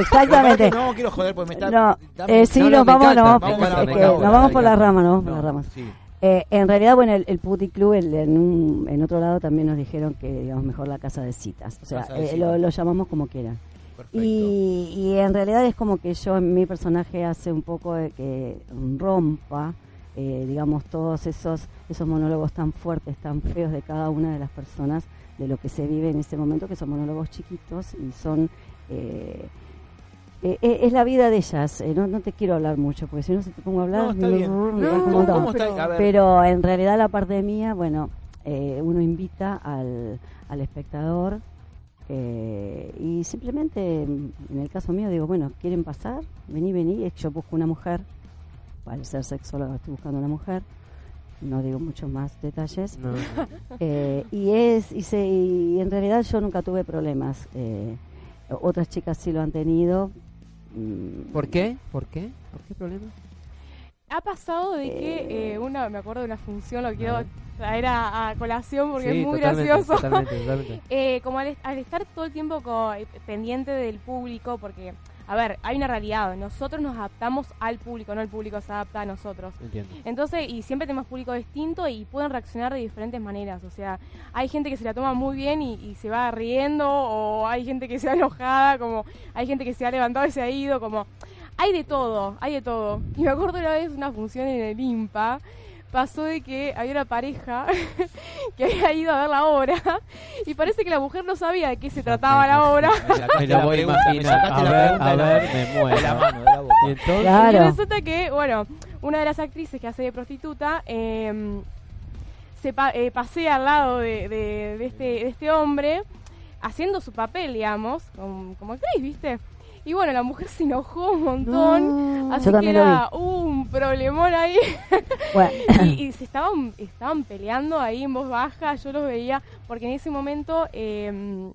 Exactamente.
No, quiero joder, pues me está.
No,
está-
eh, sí,
No, no,
nos
me
vamos,
encanta,
nos
me
vamos,
encanta,
es
me
que
encanta,
nos vamos
me
por las
encanta.
ramas, nos vamos por
No,
las ramas.
sí.
Eh, en realidad, bueno, el, el Putty Club el- en, un- en otro lado también nos dijeron que, digamos, mejor la casa de citas. O sea,
Casa de
eh,
citas.
lo, lo llamamos como quieran.
Perfecto.
Y, y en realidad es como que yo, mi personaje hace un poco de que rompa, eh, digamos, todos esos, esos monólogos tan fuertes, tan feos de cada una de las personas, de lo que se vive en ese momento, que son monólogos chiquitos y son... eh, eh, eh, es la vida de ellas, eh, no, no te quiero hablar mucho, porque si no se te pongo a hablar,
No, está
me-
bien.
me
No,
vas
no,
como un
¿cómo
don.
está? A ver.
Pero en realidad la parte mía, bueno, eh, uno invita al, al espectador eh, y simplemente, mm, en el caso mío, digo, bueno, ¿quieren pasar? Vení, vení, yo busco una mujer, para ser sexóloga estoy buscando una mujer, no digo muchos más detalles,
No, no.
eh, y es y, se- y en realidad yo nunca tuve problemas. eh, otras chicas sí lo han tenido. mm,
¿Por qué? ¿Por qué? ¿Por qué problema?
Ha pasado de que eh, una, me acuerdo de una función, lo quiero
ver.
traer a, a colación porque
Sí,
es muy
totalmente,
gracioso.
Totalmente, totalmente.
Eh, como al, al estar todo el tiempo co- eh, pendiente del público, porque, a ver, hay una realidad, nosotros nos adaptamos al público, no el público se adapta a nosotros.
Entiendo.
Entonces, y siempre tenemos público distinto y pueden reaccionar de diferentes maneras. O sea, hay gente que se la toma muy bien y, y se va riendo, o hay gente que se va enojada, como hay gente que se ha levantado y se ha ido, como hay de todo, hay de todo. Y me acuerdo una vez una función en el IMPA, pasó de que había una pareja que había ido a ver la obra y parece que la mujer no sabía de qué se trataba la obra.
sacaste
Me lo
la
voy a
pregunta, me
imaginar.
sacaste
A
la
ver,
pregunta
a
de la-
ver, me
de la
muero.
mano, de la boca.
Y entonces,
Y
Claro.
resulta que, bueno, una de las actrices que hace de prostituta eh, se pa- eh, pasea al lado de, de- de este, de este hombre haciendo su papel, digamos, como, como actriz, ¿viste? Y bueno, la mujer se enojó un montón, así
Yo
que
también lo
era un problemón ahí.
Bueno,
y, y se estaban, estaban peleando ahí en voz baja, yo los veía, porque en ese momento, eh,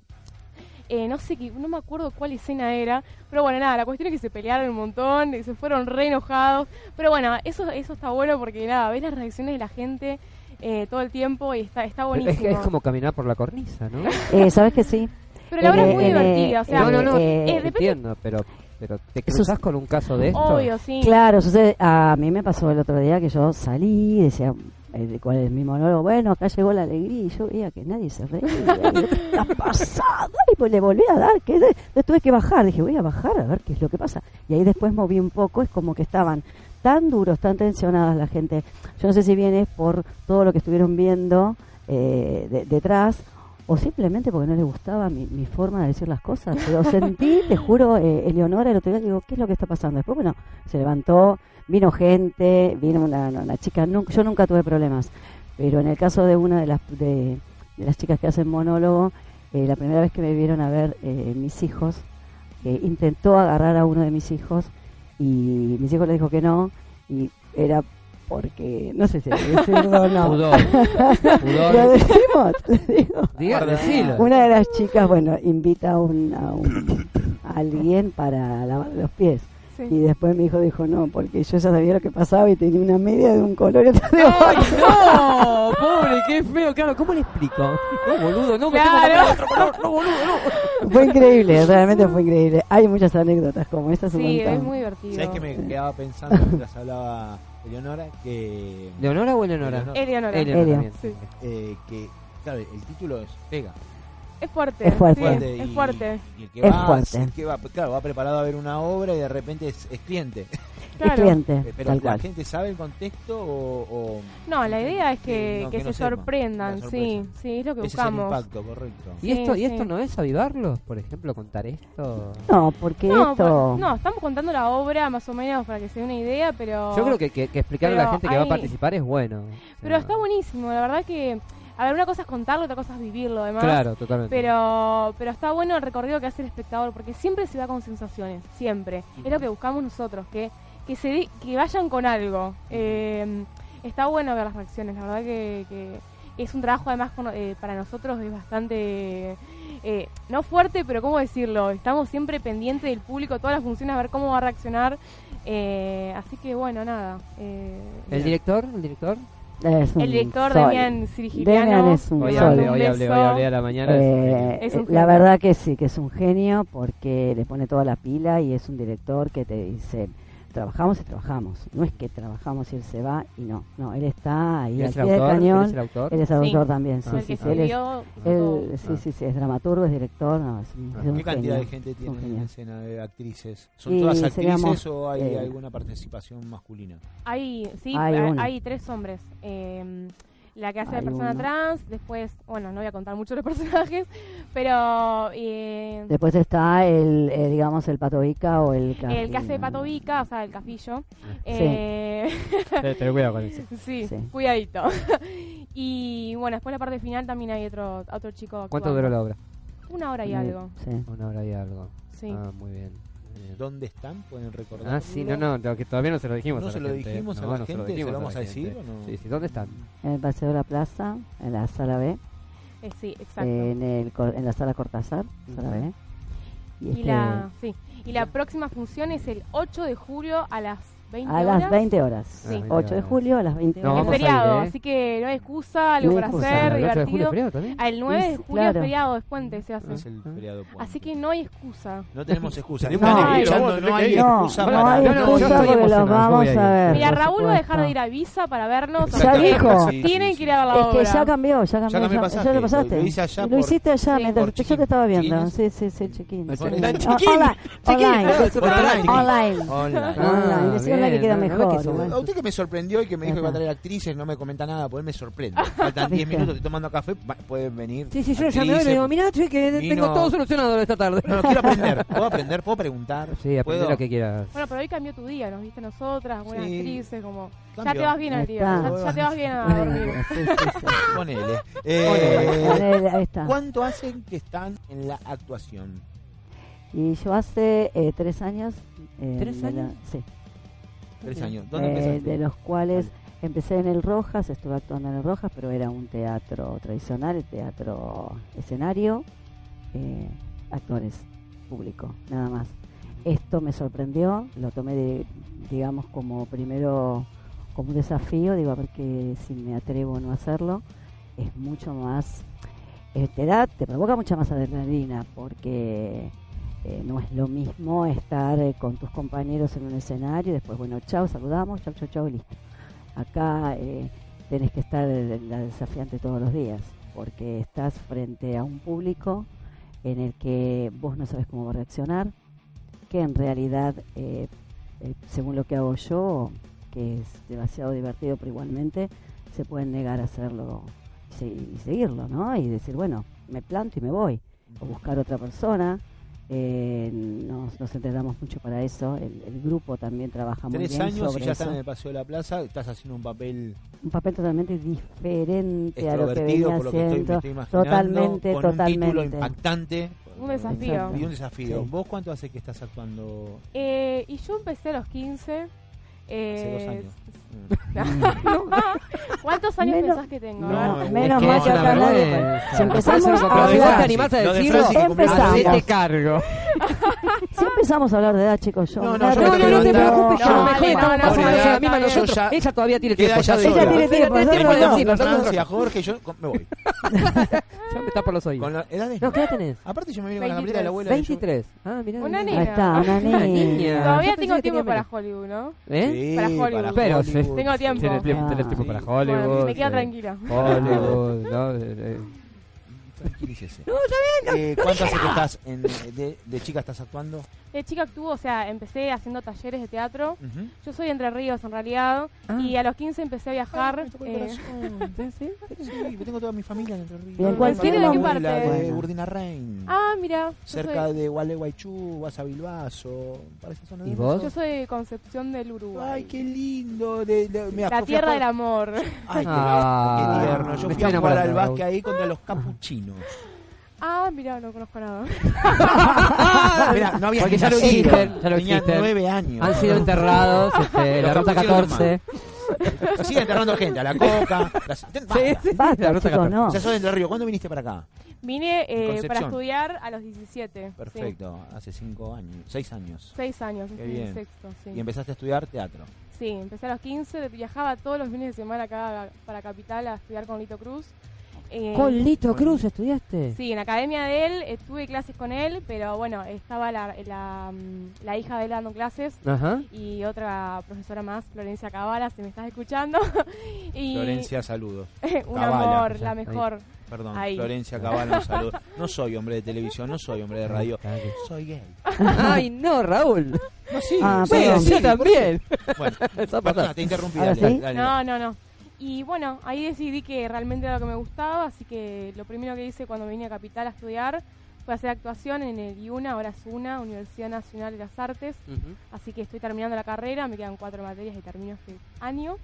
eh, no sé, qué- no me acuerdo cuál escena era, pero bueno, nada, la cuestión es que se pelearon un montón, y se fueron re enojados, pero bueno, eso, eso está bueno porque nada, ves las reacciones de la gente eh, todo el tiempo y está, está
Pero
buenísimo.
Es, que es como caminar por la cornisa, ¿no?
eh, ¿Sabes que sí?
Pero la obra
Eh,
es muy
eh,
divertida, o sea,
no, no, no.
eh,
eh, depende-
entiendo, pero, pero ¿te
Eso
cruzas
es-
con un caso de esto?
obvio, sí.
Claro, sucede. A mí me pasó el otro día que yo salí, decía, eh, ¿cuál es mi monólogo? Bueno, acá llegó la alegría y yo veía que nadie se reía. Digo, ¿Qué está pasado? Y pues le volví a dar. que Entonces tuve que bajar. Dije, voy a bajar a ver qué es lo que pasa. Y ahí después moví un poco. Es como que estaban tan duros, tan tensionadas la gente. Yo no sé si bien es por todo lo que estuvieron viendo eh, de- detrás o simplemente porque no les gustaba mi, mi forma de decir las cosas. Pero sentí, te juro, eh, Eleonora el otro día, digo, ¿qué es lo que está pasando? Después, bueno, se levantó, vino gente, vino una, una chica, nun- yo nunca tuve problemas, pero en el caso de una de las, de, de las chicas que hacen monólogo, eh, la primera vez que me vieron a ver eh, mis hijos, eh, intentó agarrar a uno de mis hijos y mis hijos le dijo que no y era porque, no sé si decirlo o no.
Pudor.
Lo
Pudor.
decimos, le digo.
Diga, decilo.
Una de las chicas, bueno, invita a, un, a, un- a alguien para lavar los pies.
Sí.
Y después mi hijo dijo, no, porque yo ya sabía lo que pasaba y tenía una media de un color y otra de
¡Ay,
otro.
no! ¡Pobre, qué feo! Claro, ¿cómo le explico? No, boludo, no, me tengo que
Claro.
poner otro color, no, boludo, no.
Fue increíble, realmente fue increíble. Hay muchas anécdotas como esta, es un
Sí,
montón.
es muy divertido.
¿Sabes que me quedaba pensando mientras hablaba Eleonora? Que,
¿Leonora o Eleonora?
Eleonora.
Eleonora.
Eleonora
Elio.
también.
Sí.
eh, que claro, el título es pega.
Es fuerte.
Es fuerte.
sí,
fuerte
es
y-
fuerte.
y el que
Es
va,
fuerte.
el que va, claro, va preparado a ver una obra y de repente es, es cliente.
Claro.
Es cliente,
Eh, Pero
tal
la
cual.
gente sabe el contexto o... o-
No, la idea es
Sí,
que,
no,
que
que
se
no sepa,
sorprendan,
la
sí,
sorpresa.
sí, es lo que
Ese es el
buscamos.
impacto, correcto.
¿Y esto,
Sí,
¿Y esto
sí.
no es avivarlo? Por ejemplo, contar esto.
No, porque
No, pues,
esto...
por- no, estamos contando la obra más o menos para que se dé una idea, pero...
Yo creo que, que, que explicarle a la
Pero
gente que va a
hay-
participar es bueno.
Pero
O sea,
está buenísimo, la verdad que... A ver, una cosa es contarlo, otra cosa es vivirlo, además.
Claro, totalmente.
Pero, pero está bueno el recorrido que hace el espectador, porque siempre se va con sensaciones, siempre. Es lo que buscamos nosotros, que, que, se di- que vayan con algo. Eh, está bueno ver las reacciones, la verdad que, que es un trabajo además con- eh, para nosotros es bastante, eh, no fuerte, pero ¿cómo decirlo? Estamos siempre pendientes del público, todas las funciones, a ver cómo va a reaccionar. Eh, así que bueno, nada. eh,
¿El director? ¿El director?
Es un
el director
sol.
Demian Sirigiliano.
Demian es un
le
Hoy
mando
sol.
hablé, hoy hablé, hoy
beso.
hablé a la mañana.
Eh,
Es un
eh,
genio.
la verdad que sí, que es un genio porque le pone toda la pila y es un director que te dice, trabajamos y trabajamos. No es que trabajamos y él se va y no. No, él está ahí
¿Él
al
es
pie
el
del
autor?
cañón.
¿Él es el autor?
Él es autor
Sí.
también, sí,
Ah,
el
sí,
que
sí, él es,
escribió,
él-
todo.
sí, sí, sí, es dramaturgo, es director, no, es un- es un
¿Qué cantidad de
genio,
gente
es
tiene
un
en
genio.
la escena de actrices? ¿Son
Y
todas
seríamos,
actrices o hay
eh,
alguna participación masculina?
Hay, sí,
Hay
hay,
una.
hay tres hombres. Eh, la que hace de
Hay
persona
uno.
trans, después, bueno, no voy a contar mucho los personajes, pero eh,
Después está el, eh, digamos, el Pato Ica o el...
el que hace de
Cajina.
Pato Vica, o sea, el cafillo. eh,
Ten ten cuidado con eso.
sí.
Sí.
cuidadito. y bueno, después la parte final también hay otro, otro chico.
¿Cuánto
actuando.
duró la obra?
Una hora y algo,
Sí.
Una hora y algo.
sí.
Ah, muy bien. muy bien.
¿Dónde están? ¿Pueden recordar?
Ah, sí, no, no, lo que todavía no se lo dijimos.
¿No
a la
se lo
gente. ¿eh?
dijimos a la gente? ¿Se lo
dijimos
vamos
la
a
gente.
decir o no?
Sí, sí, ¿dónde están?
En el Paseo de la Plaza, en la Sala B,
Eh, sí, exacto.
en, el, cor- en la Sala Cortázar, Sala B.
y,
este,
la, sí. y la próxima función es el 8 de julio a las 20
A
horas.
las 20 horas.
Sí.
8 de julio a las 20
Ah, No,
horas.
Es
vamos a
feriado,
ir, ¿eh?
así que no hay excusa,
No
algo
hay
para
excusa.
hacer,
¿El 8 de julio
divertido.
es feriado también?
Al 9 de
Sí,
julio es
claro.
feriado, es puente, se hace.
Es el feriado puente.
Así que no hay excusa.
No tenemos excusa.
Tenemos
Están
que ir,
escuchando,
vos tenés
no
que
hay
ir.
No,
excusa
no
para
hay
No, no, yo
excusa
estoy
porque los
emocionado,
vamos
voy a ir.
a ver.
Mira,
por
Raúl va a dejar
supuesto.
de ir a Visa para vernos.
Ya
así que
dijo.
Tienen que ir a ver la
Es
obra.
que Este, ya cambió, ya cambió.
Ya cambié el pasaje,
ya lo
lo-
pasaste.
lo hice allá
Lo
por-
hicé allá,
Sí.
mientras
por
yo te estaba viendo.
Chiquines.
Sí, sí, sí, el check-in.
Por
Sí.
Chiquines.
O- Online. Online.
Por online.
Online.
Hola.
Online,
Ah,
decía la que
bien,
queda
no, no es que
mejor,
son-
igual.
A usted que me sorprendió y que me dijo que va a
Ajá.
traer actrices, no me comenta nada, pues él me sorprende. Faltan 10
Viste.
minutos, estoy tomando café, va- pueden venir.
Sí, sí, yo lo llamé hoy y le digo, mirá, che, que
Vino-
tengo todo solucionado esta tarde.
No, no, quiero aprender, puedo aprender, puedo preguntar.
Sí, aprende
¿Puedo?
lo que quieras.
Bueno, pero hoy cambió tu día, nos viste nosotras, buenas
Sí.
actrices, como... Ya
Cambio.
te vas bien al día,
Ahí
ya,
está.
ya te vas bien a dormir.
Online, sí, sí, sí.
Ponele.
Con
Eh,
él, ahí está.
¿Cuánto hacen que están en la actuación?
Y yo hace eh, tres años. eh,
¿Tres
de la-
años?
sí.
Tres
Sí.
años. ¿Dónde
eh,
empezaste?
de los cuales empecé en el Rojas, estuve actuando en el Rojas, pero era un teatro tradicional, el teatro escenario, eh, actores, público, nada más. Esto me sorprendió, lo tomé, de- digamos, como primero, como un desafío, digo, a ver que, si me atrevo o no a hacerlo. Es mucho más, eh, te da, te provoca mucha más adrenalina, porque eh, no es lo mismo estar eh, con tus compañeros en un escenario y después, bueno, chao, saludamos, chao, chao, chao, y listo. Acá eh, tenés que estar eh, la desafiante todos los días, porque estás frente a un público en el que vos no sabes cómo va a reaccionar, que en realidad, eh, eh, según lo que hago yo, que es demasiado divertido, pero igualmente se pueden negar a hacerlo y, se- y seguirlo, ¿no? Y decir, bueno, me planto y me voy, o buscar otra persona. eh, nos, nos entrenamos mucho para eso, el, el grupo también trabaja muy
Tres
bien
años y
sobre
ya
eso
están en el Paseo de la Plaza, estás haciendo un papel
un papel totalmente diferente a lo que
extrovertido
venía
por lo que estoy, me
haciendo.
estoy imaginando.
Totalmente,
con un título
totalmente.
impactante.
Un desafío.
Y un desafío.
Sí.
¿Vos cuánto hace que estás actuando?
Eh, y yo empecé a los 15.
Hace dos
Eh,
años. Mm.
¿Cuántos años
Menos-
pensás que tengo?
No,
A ver.
menos
es que
mal
es
que
una
acá nadie-
vergüenza.
Si empezamos
Pero
a
Pero vos te
hablar,
Francis,
animás a
lo de
decirlo,
Francis que cumplió
Empezamos.
años.
hacete cargo.
si empezamos a hablar de edad, chicos, yo.
No, no,
me
yo
No, no, no te
No,
preocupes, que a lo
no,
mejor
no,
estamos más o
no,
no,
menos en la
no,
misma
no,
nosotros.
ya-
Ella todavía tiene
Queda
tiempo, ya
ya
sola.
sola. Ella tiene
tiempo,
Tiene
nosotros
tiempo de
no.
decirlo, nosotros
Francia,
no.
Jorge, yo con- me voy.
Ya me está por los
Con
oídos.
la edad de-
No, ¿qué edad tenés?
Aparte yo me vine con la campera de la abuela. y yo-
23. Ah, mirá.
Una
mirá.
Ahí está, una
Una
niña.
niña.
Todavía
Yo pensé
tengo
que
tiempo
tenía
para
menos.
Hollywood, ¿no?
¿Eh?
Sí,
Para Hollywood.
Pero sí.
Tengo tiempo.
Tiene tiempo, tenés tiempo
Ah,
para
sí.
Hollywood.
Bueno, me queda
sí.
tranquila.
Hollywood, ¿no? Eh, eh.
Tranquilícese. Eh, ¿Cuánto hace que estás en, de, de chica estás actuando?
De chica actúo, o sea, empecé haciendo talleres de teatro.
Ujú.
Yo soy de Entre Ríos, en realidad. Y a los 15 empecé a viajar.
Ah. Ay, me tocó el
eh,
corazón. Sí, yo tengo toda mi familia en Entre Ríos.
¿Y en cuál
Mi
cine, de
familia
qué
abuela
parte?
De
Bueno.
Urdinarrain.
ah, mira. yo
cerca
soy-
de Gualeguaychú, vas a Bilbaso. para esa zona
¿Y
de-
vos?
Yo soy de Concepción del Uruguay.
Ay, qué lindo. De, de- mira,
la
fui a
tierra del
jugar-
amor.
Ay, qué,
Ah.
qué tierno. Yo
Me
fui a
estoy
jugar al
enamorando,
básquet ahí contra los capuchinos.
Ah, mira, no conozco nada.
Mira, no había
Porque
ni
ya lo
nacido.
dijiste, ya lo
Tenía
dijiste.
nueve años.
Han sido enterrados este, la
Los
ruta
capuchinos
14.
Sigue enterrando gente, a la coca. las- ten- basta.
la
Basta,
ruta
chicos,
14.
no.
O sea, sos de Entre Ríos. ¿Cuándo viniste para acá?
Vine eh,
Concepción.
para estudiar a los 17. sí.
Perfecto, hace cinco años, seis años.
Seis años,
Qué
estoy en
bien.
sexto, sí.
Y empezaste a estudiar teatro.
Sí, empecé a los 15, viajaba todos los fines de semana acá para Capital a estudiar con Lito Cruz. eh,
Con Lito Cruz estudiaste.
Sí, en la academia de él eh, tuve clases con él, pero bueno, estaba la, la, mm, la hija de él dando clases
Ajá.
y otra profesora más, Florencia Cabala, si me estás escuchando. y
Florencia, saludos.
un
Cabala,
amor,
o
la
sea,
mejor.
Perdón,
Ahí.
Florencia Cabana, un saludo. No soy hombre de televisión, no soy hombre de radio. Soy gay.
Ay, no, Raúl.
No, sí.
Ah,
soy
Bueno,
perdón.
gay,
sí,
sí,
también.
Bueno,
Esa
perdona,
pasa.
te interrumpí.
Ahora
Dale, dale,
sí.
dale.
No, no, no. Y bueno, ahí decidí que realmente era lo que me gustaba, así que lo primero que hice cuando vine a Capital a estudiar fue hacer actuación en el IUNA, ahora es UNA, Universidad Nacional de las Artes.
Ujú.
Así que estoy terminando la carrera, me quedan cuatro materias y termino este año.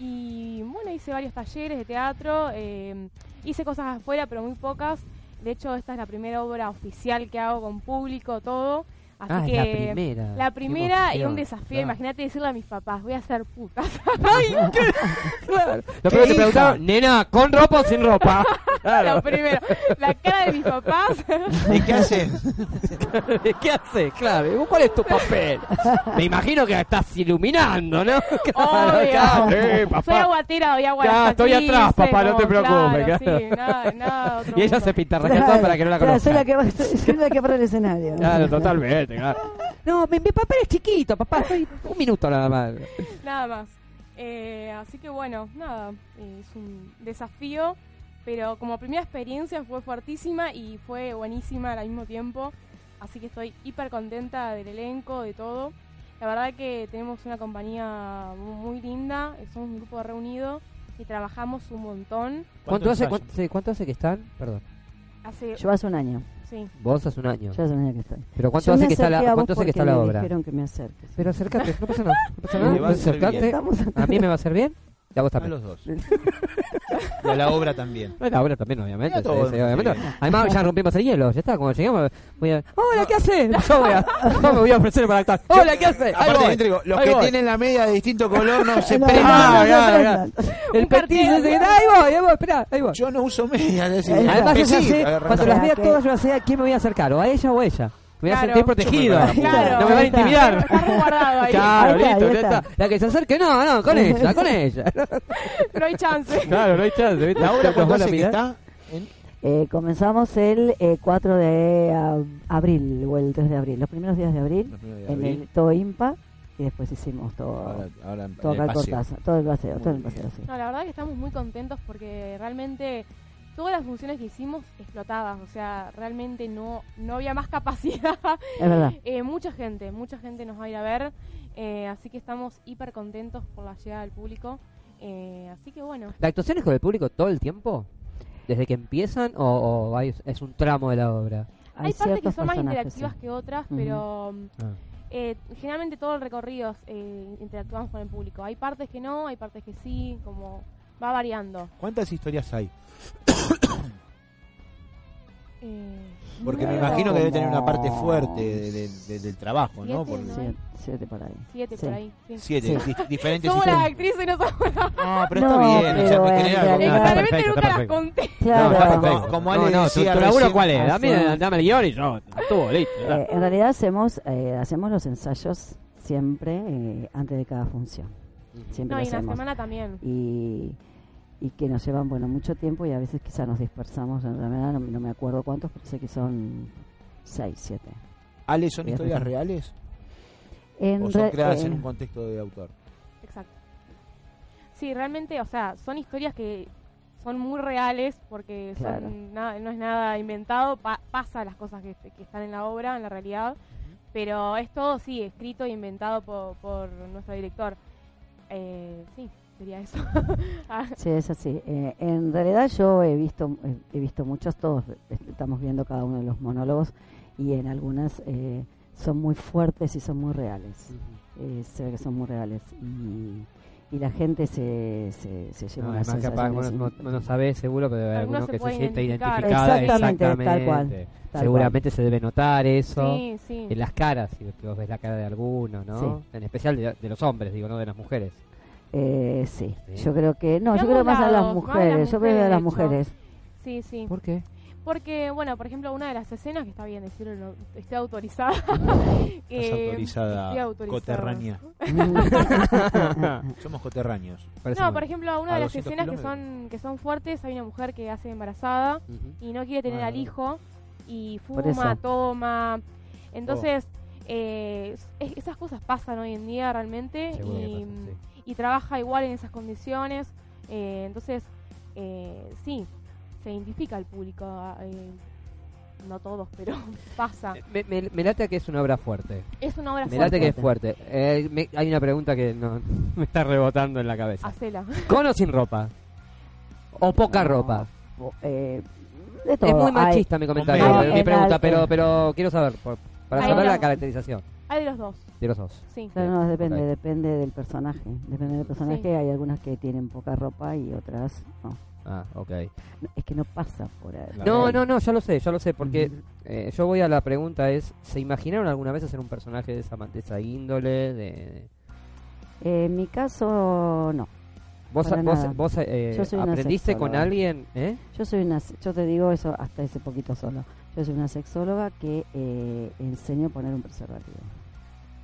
Y bueno, hice varios talleres de teatro, eh, hice cosas afuera, pero muy pocas. De hecho, esta es la primera obra oficial que hago con público, todo. Así
Ah, es
que
la primera.
la
Qué
primera y
emoción.
un desafío.
Claro.
Imagínate decirle a mis papás, voy a ser puta.
Claro. Lo primero que
¿Qué
te
hija?
preguntaron, nena, ¿con ropa o sin ropa?
Lo
Claro.
primero, la cara de mis papás.
¿Y qué haces?
¿Qué haces? Claro. ¿Cuál es tu papel? Me imagino que estás iluminando, ¿no?
Obvio.
Sí, Eh, papá.
Soy aguatera, doy agua. a
Ya,
las
estoy
actrices,
atrás, papá, no te preocupes,
claro,
claro.
sí, nada, nada, otro
Y ella
mundo.
se pintarrajeó toda para que no la
Claro, soy
conozcan.
la que va- soy la que para el escenario.
Claro, totalmente, claro. No, mi, mi papel es chiquito, papá, soy un minuto nada más.
Nada más. Eh, así que bueno, nada, eh, es un desafío, pero como primera experiencia fue fuertísima y fue buenísima al mismo tiempo, así que estoy hiper contenta del elenco, de todo. La verdad que tenemos una compañía mu- muy linda, eh, somos un grupo reunido y trabajamos un montón.
¿Cuánto hace,
ensayos?
cuánto, hace- cuánto hace que están? Perdón,
Hace,
Yo hace un año.
sí,
vos hace un año.
Yo hace un año que estoy.
Pero ¿cuánto
Yo me
hace que está
acerqué a
la,
vos
cuánto hace que está
porque
la
me
obra?
dijeron que me acerques.
Pero acercate, no pasa nada. No pasa nada,
Le va a hacer
acercate.
bien.
Estamos
A mí me va a ser bien y a vos
A
también.
los dos. Y a la obra también.
Bueno, ahora también, obviamente.
Mira todo,
sí, sí,
no sé
obviamente.
bien.
Además, ya rompimos el hielo. Ya está, cuando llegamos, voy a. ¡Hola, qué haces? Yo, voy a- yo me voy a ofrecer para actuar. ¡Hola, qué haces? Ahí
Aparte,
voy,
también te digo, los
ahí
que
voy.
tienen la media de distinto color no se
No,
prendan.
no,
Ah,
no,
mirá,
no,
mirá.
no.
El petiso
cartel.
ese que- Ahí voy, ahí voy, esperá, ahí voy.
Yo no uso media. Es decir,
Eh,
Además, yo ya
sí,
sé,
agarra-
cuando las vea
Ok.
todas, yo ya sé a quién me voy a acercar, o a ella o a ella. Me voy a
Claro.
sentir protegido.
Yo me voy a-
Claro.
no me van a
Ahí está.
intimidar.
está resguardado ahí,
Claro,
Ahí está,
listo,
ahí
ya
está.
está. La que se acerque, no, no, con ella, con ella.
no hay chance.
Claro, no hay chance.
La obra cuando hace que está en
Eh, comenzamos el eh, 4 de ab- abril o el 3 de abril, los primeros días de abril,
los primeros de
en
abril.
el todo IMPA y después hicimos todo,
Ahora, ahora en
todo
el
acá el
paseo.
Cortázar, todo el paseo,
Muy
todo el
bien.
paseo, sí.
No, la verdad que estamos muy contentos porque realmente todas las funciones que hicimos explotadas, o sea, realmente no, no había más capacidad.
Es verdad.
Eh, mucha gente, mucha gente nos va a ir a ver, eh, así que estamos hiper contentos por la llegada del público. eh, así que bueno,
¿La actuación es con el público todo el tiempo? ¿Desde que empiezan o, o hay- es un tramo de la obra?
hay, partes que
ciertos
son más
personajes, sí.
interactivas que otras,
Ujú.
pero
Ah.
eh, generalmente todo el recorrido eh, interactuamos con el público. Hay partes que no, hay partes que sí, como va variando.
¿Cuántas historias hay?
Eh,
Porque me
no,
imagino que debe tener una parte
Como-
fuerte de- de- de- del trabajo, ¿no?
Siete,
Porque-
¿no?
Siete, siete por ahí.
Siete
Sí.
por ahí. sí.
Siete, di- diferentes
Somos las
historias.
actrices y no somos las...
No, pero
No,
está bien, o sea,
pero
me
en
genera algo-
realidad-
Claramente
perfecto,
nunca
está
las conté.
Claro.
está
Eh,
perfecto. Como Ale
no,
decía
tu, tu laburo
recién-
cuál es?
Ah,
Dame,
sí.
dame el guión y yo actúo, listo. ya.
en realidad hacemos eh, hacemos los ensayos siempre eh, antes de cada función. Siempre
No,
lo
y en la
hacemos.
semana también.
y, y que nos llevan bueno mucho tiempo y a veces quizá nos dispersamos en realidad no, no me acuerdo cuántos pero sé que son seis siete
Ale, ¿son historias reales?
en
¿O son
re-
creadas
eh,
en un contexto de autor?
Exacto. Sí, realmente, o sea, son historias que son muy reales porque son
Claro.
na- no es nada inventado, pa- pasa las cosas que, que están en la obra, en la realidad, pero es todo, sí, escrito e inventado por, por nuestro director. Eh, sí, sería eso. Ah,
sí es así Eh, en realidad yo he visto eh, he visto muchos todos est- estamos viendo cada uno de los monólogos y en algunas eh, son muy fuertes y son muy reales Eh, se ve que son muy reales y, y la gente se, se, se lleva
No,
una
además capaz,
sensación
vos
así,
no, vos no sabés seguro, pero hay
Algunos
algunos
se
que se
pueden
siente
identificar.
identificada.
Exactamente, tal cual,
exactamente.
tal
Seguramente se debe notar eso
sí, sí.
en las caras, si vos ves la cara de alguno, ¿no? En especial de, de los hombres, digo, no de las mujeres.
Eh, sí.
Sí.
yo creo que no,
De
yo creo
ambos
más a las
lados, más a las
mujeres, yo creo que a las
mujeres,
mujeres,
de Sí, sí.
¿Por qué?
Porque, bueno, por ejemplo, una de las escenas, que está bien decirlo, no- estoy autorizada. eh, estoy
autorizada
autorizada.
coterránea. Somos coterráneos.
Parece
No,
muy
por ejemplo, una
A
de las
200
escenas que
kilómetros.
son, que son fuertes, hay una mujer que hace embarazada
bien. Ujú.
y no quiere tener
Ah.
al hijo y
Por eso.
fuma, toma. Entonces, eh, es- esas cosas pasan hoy en día realmente
Seguro que
y,
pasa, sí.
y trabaja igual en esas condiciones. eh, entonces, eh, sí, se identifica al público. eh, no todos, pero pasa.
Me, me- me late que es una obra fuerte.
Es una obra
Me late
fuerte.
que es fuerte. Eh, me- hay una pregunta que no, me está rebotando en la cabeza.
Hacela.
¿Con o sin ropa? ¿O poca
No,
ropa?
o- eh, de todo.
Es muy
hay-
machista mi comentario,
Con
pero-
medio.
mi pregunta,
Hay-
pero, pero quiero saber, por- para
Hay
saber la
algo.
caracterización
Hay de los dos,
de los dos.
sí.
Claro, no, depende,
Ok.
depende del personaje. Depende del personaje.
Sí.
Hay algunas que tienen poca ropa y otras no.
Ah, ok.
No, Es que no pasa por ahí.
No, no, no, ya lo sé, ya lo sé, porque eh, yo voy a la pregunta es, ¿se imaginaron alguna vez hacer un personaje de esa, ma- de esa índole? De...
Eh, en mi caso, no.
¿Vos,
Para
vos,
nada.
vos, eh,
Yo soy una
aprendiste con
sexóloga.
alguien? ¿Eh?
Yo soy una, yo te digo eso hasta ese poquito solo. Yo soy una sexóloga que eh, enseño a poner un preservativo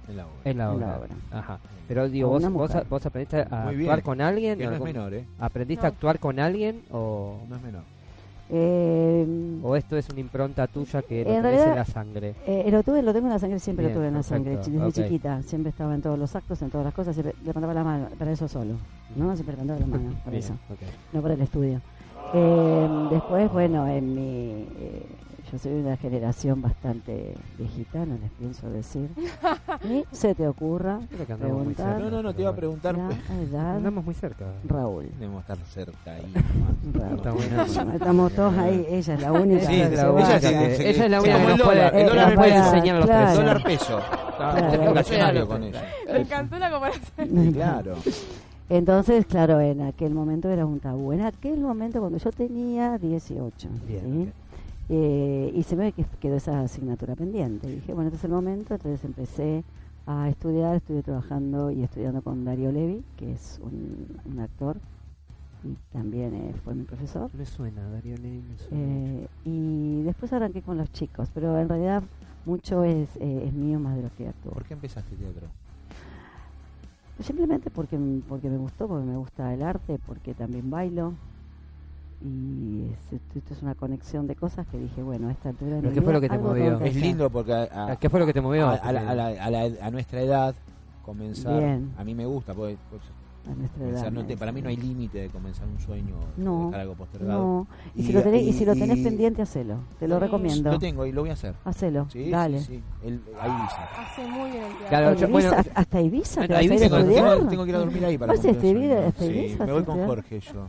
En la obra.
En la
en
obra.
la obra.
Ajá. Pero digo,
Con
vos,
una
vos,
mujer.
vos aprendiste a
Muy bien.
actuar con alguien?
Que no es
¿Algún-
menor, ¿eh?
¿Aprendiste a
No.
actuar con alguien o,
No es menor.
Eh,
o esto es una impronta tuya que lo tenés
En
en
realidad-
la sangre?
eh, lo tuve, lo tengo en la sangre, siempre
Bien,
lo tuve en la
perfecto,
sangre, chi- desde
ok.
chiquita. Siempre estaba en todos los actos, en todas las cosas, siempre levantaba la mano, para eso solo. ¿no? Siempre levantaba la mano, para
Bien,
eso,
ok.
no para el estudio. Eh, después, bueno, en mi, eh, yo soy de una generación bastante viejita, no les pienso decir. Ni se te ocurra
Creo que andamos muy
Preguntar.
cerca.
No, no, no, te
pero
iba a
bueno.
preguntar.
la edad,
Andamos muy cerca.
Raúl.
Debemos estar cerca ahí.
Raúl.
Está buenísimo.
Estamos todos ahí, ella es la única.
Sí,
que
es
se
la
va.
única
sí,
que,
sí.
ella es la
Sí,
única que
como el
nos puede,
dólar, el
eh,
dólar
nos
me
puede
parece-
enseñar los
claro.
tres.
Dólar peso. Estábamos
Claro.
relacionados con eso.
Me encantó la comparación.
Sí, claro.
Entonces, claro, en aquel momento era un tabú. En aquel momento, cuando yo tenía 18, ¿sí?
Bien,
Eh, y se me que quedó esa asignatura pendiente. Y dije, bueno, este es el momento. Entonces empecé a estudiar, estuve trabajando y estudiando con Dario Levi, que es un, un actor y también eh, fue mi profesor.
Me suena, Darío Ley, me suena mucho.
Eh, y después arranqué con los chicos, pero en realidad mucho es, eh, es mío más de lo que actúo.
¿Por qué empezaste teatro?
Simplemente porque, m- porque me gustó, porque me gusta el arte, porque también bailo. Y es- esto, esto es una conexión de cosas que dije, bueno, a esta altura de
¿Pero
mi
qué fue
vida,
lo que te
algo
movió?
tengo que
Es
hacer.
lindo porque a, a-
Ah, ¿Qué fue lo que te movió?
a- a la- a la- a la- a nuestra edad comenzar.
Bien.
A mí me gusta. porque- porque
a nuestra edad,
comenzar no
me
te- para mí no hay
decía.
límite de comenzar un sueño o
No,
dejar algo postergado.
No. Y,
Y-
si lo tenés, y si lo tenés
y-
pendiente, hacelo. Te lo
Sí.
recomiendo.
Lo tengo y lo voy a hacer.
Hacelo.
Sí,
Dale.
sí, sí. El- ahí dice.
Hace muy bien el teatro.
Claro, yo-
Ibiza,
bueno,
hasta Ibiza te
a
vas a ir a
Ibiza
Tengo,
estudiar?
tengo- tengo que ir a dormir ahí para
¿Vas a
cumplir el
escribir
sueño.
hasta
Sí,
Ibiza,
me voy
hasta
con
estudiar?
Jorge yo.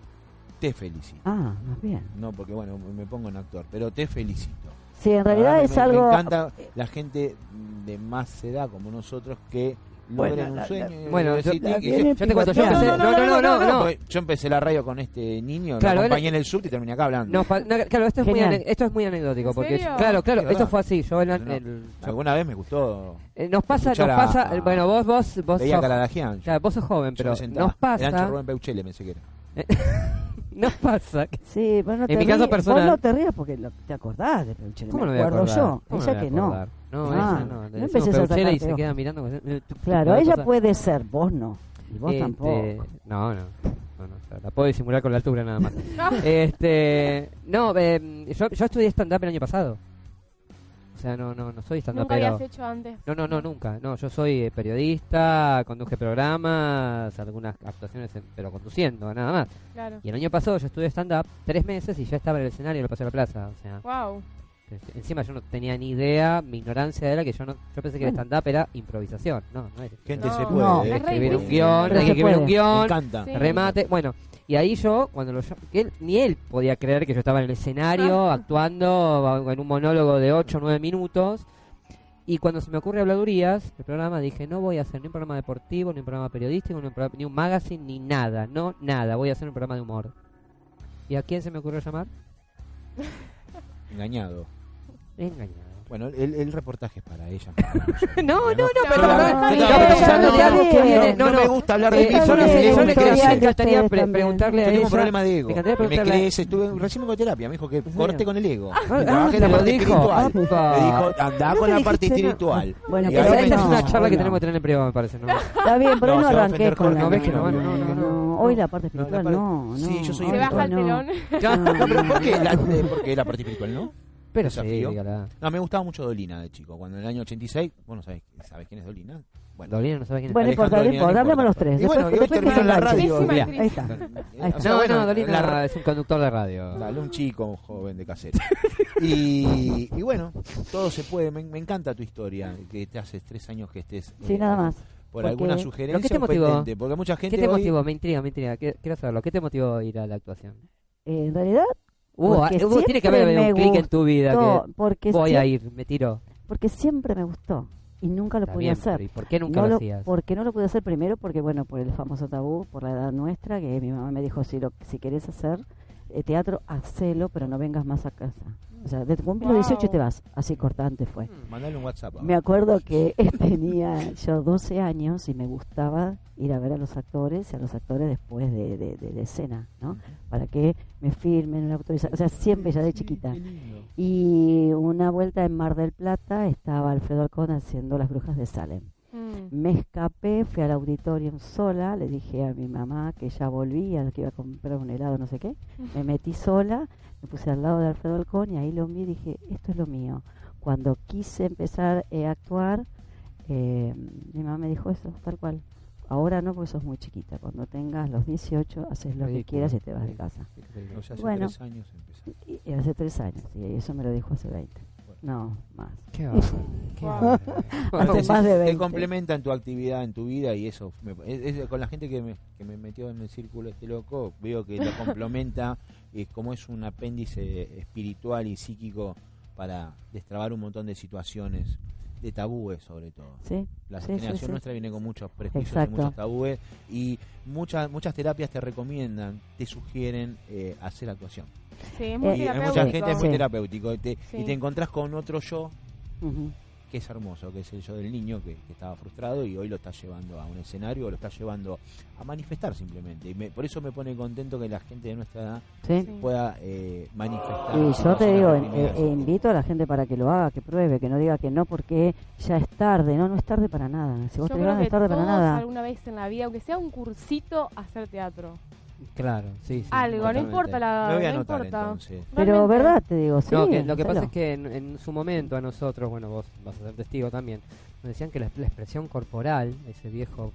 Te felicito.
Ah, más bien.
No, porque bueno, me pongo en actor, pero te felicito.
Sí, en
La
realidad
verdad
es
que me-
algo.
Me encanta la gente de más edad como nosotros que
Bueno,
logran un
la-
sueño.
Bueno,
y
yo,
decís, "Tic", y
la- la-
dices,
yo te cuento, yo
No,
empecé. No, no, no, no, no.
porque Yo empecé la radio con este niño,
Claro,
lo
él-
acompañé en el subte y terminé acá hablando.
No, pa- no, claro, esto es, muy
Genial.
ane- esto es muy anecdótico.
¿En
Porque,
serio?
claro, claro,
Sí,
esto
verdad.
fue así. Yo en la-
No, no.
el-
Alguna vez me gustó.
eh, nos pasa, nos
Escuchar a-
pasa. eh, Bueno, vos, vos, vos.
Veía
sos-
Caladagian. yo-
claro, vos sos joven,
yo
pero
me sentaba.
nos
El ancho
pasa.
Rubén Peuchele, pensé que era.
Nos pasa. que-
Sí, vos no
En
te
mi caso
ríes-
personal-
Vos no te rías porque lo- te acordás de Peuchele.
¿Cómo
me
lo voy a
acuerdo
acordar?
yo.
¿Cómo
ella
me voy a
que no.
acordar? No,
Ah,
ella no. Le
no
decimos
empecés a
Peuchela y se
sacarte,
queda
ojo.
mirando. con- eh, tu- tu-
Claro,
cada
ella
cosa.
puede ser, vos no. Y vos
Este,
tampoco.
No, no. No, no, o sea, la puedo disimular con la altura nada más.
Ah,
este, no, eh, yo, yo estudié stand-up el año pasado. O sea, no, no, no soy stand-up.
Nunca habías hecho antes.
No, no, no, nunca. No, yo soy eh, periodista, conduje programas, algunas actuaciones, en- pero conduciendo, nada más.
Claro.
Y el año pasado yo estudié stand-up tres meses y ya estaba en el escenario y lo pasé a la plaza. O sea,
Wow.
este, este, encima yo no tenía ni idea, mi ignorancia era que yo no, yo pensé que el
Bueno.
stand-up era improvisación. No, no es
Gente
No.
se
No.
puede.
Es re
escribir un
difícil.
guión, hay que
Pero se
escribir un
puede.
Me
guión,
encanta.
Sí.
remate. Bueno, y ahí yo, cuando lo llam- que él- ni él podía creer que yo estaba en el escenario actuando en un monólogo de 8 o 9 minutos. Y cuando se me ocurre habladurías, el programa dije, no voy a hacer ni un programa deportivo, ni un programa periodístico, ni un, pro- ni un magazine, ni nada, no nada, voy a hacer un programa de humor. ¿Y a quién se me ocurrió llamar?
Engañado.
Engañado.
Bueno, el, el reportaje es para ella.
No, no, no, pero
pero-
no,
pero-
pero-
no,
No,
no,
me gusta hablar de
Eh,
mí.
yo
porque
no sé,
tengo
yo
un
le
problema-
quería,
Editorial
me
de
gustaría
ustedes
pre-
también.
preguntarle
Yo
a
tengo
ella.
un problema de ego.
Me encantaría
Que me
preguntarle-
crees, estuve recién con terapia. Me dijo que
serio?
corte con el ego.
Ah,
Que trabaje la
te lo
parte
dijo. Ah,
espiritual. Me
Apa.
dijo, andá
No
con
me
la parte
dijiste nada.
espiritual.
Bueno,
Y
pero
Pero
ahí
esta
me-
es una
no,
charla que
no.
tenemos que tener en privado, me parece. ¿no?
Está bien, pero
No,
hoy no
se va a
arranqué
ofender
con la
Jorge.
No, ves que no,
no,
no, no, no.
Hoy la parte espiritual
No, la
no, no.
parte- sí, yo soy
hoy
Se baja el
no.
telón.
No,
Ah.
pero ¿por qué la, eh, por qué la parte espiritual, no?
Pero sí,
Desafío.
dígala.
No, me gustaba mucho Dolina de chico. Cuando en el año 86, bueno, ¿sabes, ¿sabes quién es Dolina? Bueno,
Dolina no sabe quién es.
Bueno, no importa, no
Alejandro
importa,
Dolina,
hablemos los tres.
Y bueno, y
Después-
hoy
después
termino
que
en la
se
radio.
enganche.
mirá.
Ahí está.
Eh,
Ahí
o
está.
sea,
no,
bueno,
no, Dolina
la-
es un conductor de radio.
Dale, un chico, un joven de casero. Y, y bueno, todo se puede. Me, me encanta tu historia, que te hace tres años que estés.
Sí,
eh,
nada más.
Por
Porque-
alguna
¿Pero
sugerencia.
qué te
o
motivó?
Petente, porque mucha gente.
¿Qué te
hoy-
motivó? Me intriga, me intriga. Qui- Quiero saberlo. ¿Qué te motivó ir a la actuación?
Eh, en realidad,
Hubo, ah,
Porque
hubo- tiene que haber un
siempre me
clic en tu vida
to-
que
porque,
voy
sie-
a ir, me tiro.
porque siempre me gustó y nunca lo
Está
pude
bien,
hacer.
pero ¿Y por qué nunca
no
lo
lo-
hacías?
porque no lo pude hacer primero, porque bueno, por el famoso tabú, por la edad nuestra, que mi mamá me dijo, si lo si querés hacer eh, teatro, hacelo, pero no vengas más a casa. O sea, de cumplir los 18
Wow.
te vas, así cortante fue.
Mandale un WhatsApp. ahora.
Me acuerdo que tenía yo 12 años y me gustaba ir a ver a los actores y a los actores después de, de, de la escena, ¿no? Para que me firmen una autorización. O sea, siempre ya de chiquita. Y una vuelta en Mar del Plata estaba Alfredo Alcón haciendo Las Brujas de Salem.
Mm.
Me escapé, fui al auditorium sola, le dije a mi mamá que ya volvía, que iba a comprar un helado, no sé qué. Me metí sola, me puse al lado de Alfredo Alcón y ahí lo vi y dije, esto es lo mío. Cuando quise empezar eh, a actuar, eh, mi mamá me dijo eso, tal cual. Ahora no, porque sos muy chiquita. Cuando tengas los 18, haces lo que
Ridículo,
quieras y te vas de
ridículo.
casa.
O sea, hace
Bueno.
tres años empezó.
Y, y hace tres años, y eso me lo dijo hace 20. No, más.
Qué bárbaro, qué bárbaro.
Hace más de
Te
20.
complementa en tu actividad, en tu vida y eso. me- es- es- con la gente que me, que me metió en el círculo este loco, veo que lo complementa y como es un apéndice espiritual y psíquico para destrabar un montón de situaciones, de tabúes sobre todo.
¿Sí?
La
Sí, sí,
generación
sí.
nuestra viene con muchos prejuicios, y
Exacto.
muchos tabúes y muchas muchas terapias te recomiendan, te sugieren eh, hacer actuación.
Sí, es muy
Eh,
Y hay mucha
Pues, terapéutico.
gente es muy
Sí.
terapéutico y te, y
Sí.
te encontrás con otro yo
Ujú.
que es hermoso, que es el yo del niño que, que estaba frustrado y hoy lo está llevando a un escenario, o lo está llevando a manifestar simplemente. Y me- por eso me pone contento que la gente de nuestra edad
¿Sí?
Sí.
pueda eh, manifestar.
Y yo te
situaciones
digo, en-
reprimidas.
eh, eh, invito a la gente para que lo haga, que pruebe, que no diga que no porque ya es tarde. No, no es tarde para nada. Si
Yo
vos te
creo
digas no
que
es tarde para
todos
nada.
alguna vez en la vida, aunque sea un cursito, hacer teatro.
Claro, sí, sí.
Algo, no
Totalmente.
importa la...
Me voy a
no
anotar,
importa.
entonces.
Pero
Realmente.
verdad te digo, sí.
No, que lo que pasa
hacelo.
es que en, en su momento a nosotros, bueno, vos vas a ser testigo también, nos decían que la, la expresión corporal, ese viejo,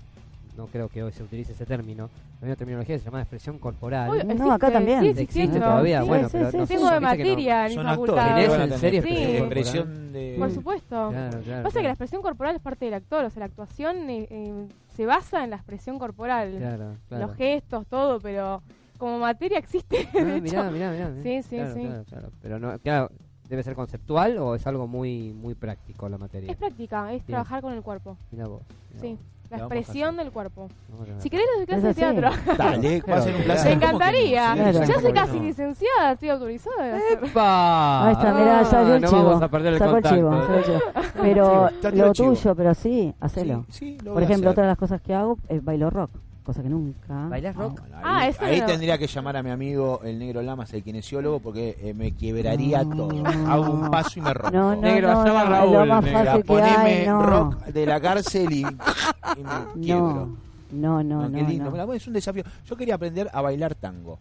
no creo que hoy se utilice ese término, la una terminología que se llama expresión corporal.
Obvio,
No,
existe,
acá también.
Sí,
Existe
existiendo,
todavía,
sí,
bueno,
sí,
pero
sí,
no-
tengo de
viste que no-
materia en mi
Son
facultad.
¿Tenés
actores.
en serio
Sí.
expresión corporal?
Expresión de...
Por supuesto.
Claro, claro,
Pasa que la
claro,
expresión corporal es parte del actor, o sea, la actuación eh, eh, se basa en la expresión corporal,
claro, claro.
los gestos, todo, pero como materia existe.
Ah,
de hecho.
mirá, mirá, mirá, mirá.
Sí, sí,
Claro,
sí.
claro, claro. Pero no, claro, debe ser conceptual o es algo muy muy práctico la materia.
Es práctica, es trabajar con el cuerpo,
Mirá vos. mirá
sí,
vos.
la
La vamos a
expresión
hacer. Ah,
del cuerpo.
Vamos a ver.
Si querés las clases de
así.
teatro,
Dale, va a ser un placer.
me
Claro.
¿Cómo que no?
encantaría.
Sí, claro.
Claro.
Ya soy
¿Cómo que
casi
no?
licenciada, estoy autorizada. de hacer-
¡Epa!
Ahí está, mirá,
Ah,
salió el
no
chivo.
vamos a perder el
Sacó el chivo,
contacto.
sacó el chivo. Pero
Está tirado
lo
el chivo.
tuyo, pero sí, hacelo.
Sí, sí, lo
Por
voy a
ejemplo,
hacer.
otra de las cosas que hago es bailo rock, cosa que nunca.
¿Bailás rock?
Bueno,
Ah,
ahí
eso
ahí
no.
tendría que llamar a mi amigo el negro Lamas, el kinesiólogo, porque eh, me quiebraría
No.
todo. Hago un paso y me rompo.
No, no,
Negro,
no,
allá va
no,
Raúl,
lo más
negra,
fácil que
Poneme
hay, no.
rock de la cárcel y, y me quiebro.
no, no, no,
No, qué
no,
lindo.
no.
Bueno, Es un desafío. Yo quería aprender a bailar tango.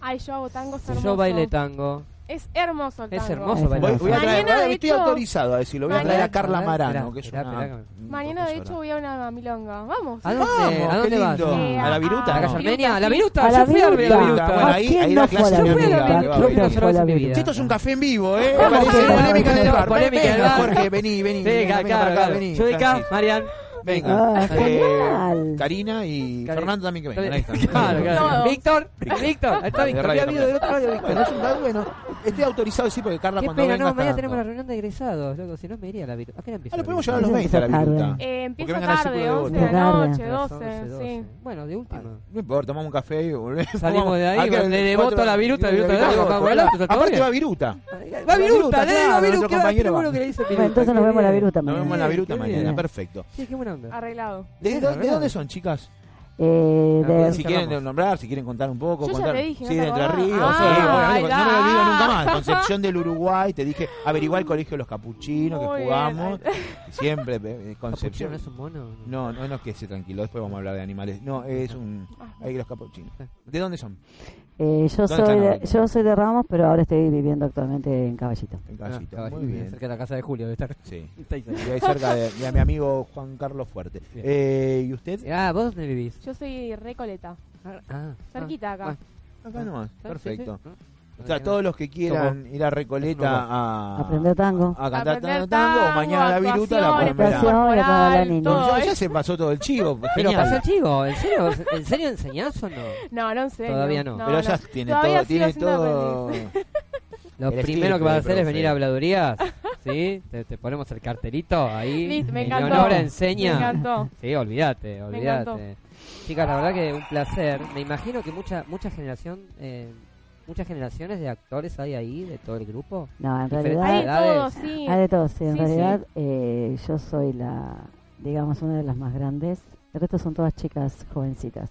Ay, yo hago tango, es
Yo
hermoso.
bailé tango.
Es hermoso el tango.
Es hermoso
Voy-
bailar.
Voy a traer, eh,
Mañana, de
estoy
hecho-
autorizado a decirlo. Voy a traer a
Mañana-
Carla
Esperá,
Marano, que es
esperá,
una.
esperá.
Mañana, de hecho, voy a una milonga. Vamos.
¿A
Vamos,
dónde, ¿a
qué
dónde vas?
lindo.
Eh,
¿A la viruta?
¿A la calle
Ah.
Armenia? ¿A la viruta?
A la
Yo fui a la
viruta.
viruta.
Bueno,
¿A
ahí-
quién
ahí da
no fue
clase
la
mi amiga,
viruta?
que va
¿Quién
bien.
no fue la viruta?
Che, esto es un café en vivo, ¿eh?
¿Cómo
Parece
fue?
polémica en el bar.
Polémica en el
Venga,
bar.
Jorge, vení, vení.
Sí,
venga,
claro,
venga para acá,
claro.
vení,
Yo de acá,
Francis.
Marian.
Venga.
Ah,
Eh,
genial.
Karina y
Cari-
Fernando también que vengan. ahí están.
Claro, claro.
Todos.
Víctor, Víctor, ahí está Víctor.
De radio
Había habido
también.
del otro radio, Víctor.
Bueno, es un dato bueno. Estoy autorizado, sí, porque Carla
Qué
cuando
pena,
venga
no,
está
mañana tenemos la
dando.
reunión de egresados, loco, si no me iría a la viruta. ¿A qué hora empieza?
Ah, lo
la
podemos
viruta?
llevar a los 20 a la
Tarde.
viruta.
Eh, empieza
vengan al
tarde,
círculo de
11 de la
votos.
noche,
Las
12,
11, 12.
sí.
Bueno, de última.
No importa, tomamos un café y volvemos.
Salimos de ahí,
¿A qué hora?
de- de
Cuatro-
voto a la viruta, viruta de agua, vamos
claro.
adelante, ¿está todo
Aparte
bien?
va viruta.
Va viruta, le digo
claro,
viruta,
nuestro
qué va,
compañero
qué
va.
bueno que le dice
Bueno,
viruta.
entonces nos
qué
vemos en la
bien.
viruta
Nos vemos en
mañana.
la
Qué
viruta
bien.
mañana, perfecto.
Sí, qué buena onda.
Arreglado.
¿De,
Sí,
dónde-
arreglado.
de dónde son, chicas?
Eh,
La verdad
de-
es
Si
que
quieren
Ramos.
nombrar, si quieren contar un poco.
Yo ya
contar.
te dije, no
sí,
te
de Entre
acordás.
Ríos.
Ah,
sí, obviamente,
ahí
no me lo olvido
va.
nunca más. Concepción del Uruguay, te dije, averiguar el colegio de los capuchinos
Muy
que
bien.
jugamos. Siempre, eh,
Capuchino
Concepción.
no es un mono.
No, no, no, que se tranquilo, después vamos a hablar de animales. No, es un.
Ah.
Ahí los capuchinos. ¿De dónde son?
eh,
¿Dónde
yo, soy
están
de, yo soy de Ramos, pero ahora estoy viviendo actualmente en Caballito.
En
Ah,
Caballito.
caballito,
Muy bien.
Cerca de la casa de Julio debe estar.
Sí.
Está ahí, está ahí.
Y ahí cerca de, de a mi amigo Juan Carlos Fuerte.
Bien.
Eh, ¿Y usted?
Ah, vos dónde vivís.
Yo soy Recoleta.
Ah, ah,
Cerquita acá.
bueno,
Acá nomás.
sí, Ah,
Perfecto.
sí, sí.
O sea, todos los que quieran ir a Recoleta a
Aprender tango.
a cantar
Aprender
tango, o mañana a la
tango,
viruta la
actuaciones,
palmera.
Actuación, la palmera
corporal,
niña.
todo,
No, ya,
¿eh?
ya se pasó todo el chivo.
Pero
genial.
pasa el chivo, ¿en serio? ¿En serio enseñás o no?
No, no en serio.
Todavía no.
Pero ya tiene
Todavía
todo,
sigo
tiene
haciendo
todo.
Lo
El
primero
espíritu
que vas a
del
hacer es
profe.
venir a habladurías, ¿sí? Te, te ponemos el cartelito ahí.
Listo, me
en
encantó.
honor a
Me
enseña.
encantó.
Sí, olvídate, olvídate.
encantó.
Chicas, la verdad que un placer. Me imagino que mucha mucha generación eh, muchas generaciones de actores hay ahí de todo el grupo.
No, en
Diferente.
realidad...
Hay de todo,
Edades.
sí.
Hay de todo, sí. En
Sí,
realidad, eh, yo soy la, digamos, una de las más grandes. El resto son todas chicas jovencitas.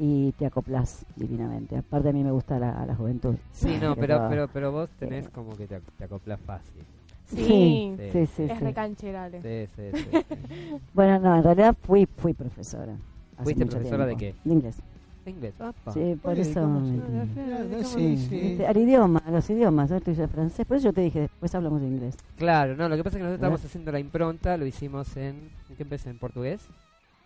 Y te acoplas divinamente. Aparte, a mí me gusta la, la juventud.
Sí, no, pero pero pero vos tenés
Sí.
como que te, ac- te acoplas fácil.
Sí.
Sí,
Sí.
sí, sí. sí.
Es recanchera, Ale.
Sí, sí, sí.
Bueno, no, en realidad fui, fui profesora. hace
¿Fuiste
mucho
profesora de
tiempo. De inglés.
Inglés. apa.
Sí, por
Oye,
eso.
¿cómo
me
se-
metí.
No, sí, sí.
Este, Al idioma, a los idiomas. Yo estudié francés. Por eso yo te dije, después hablamos de inglés.
Claro, no, lo que pasa es que nosotros
¿Eh?
estábamos haciendo la impronta, lo hicimos en... ¿en ¿Qué empecé? ¿En portugués?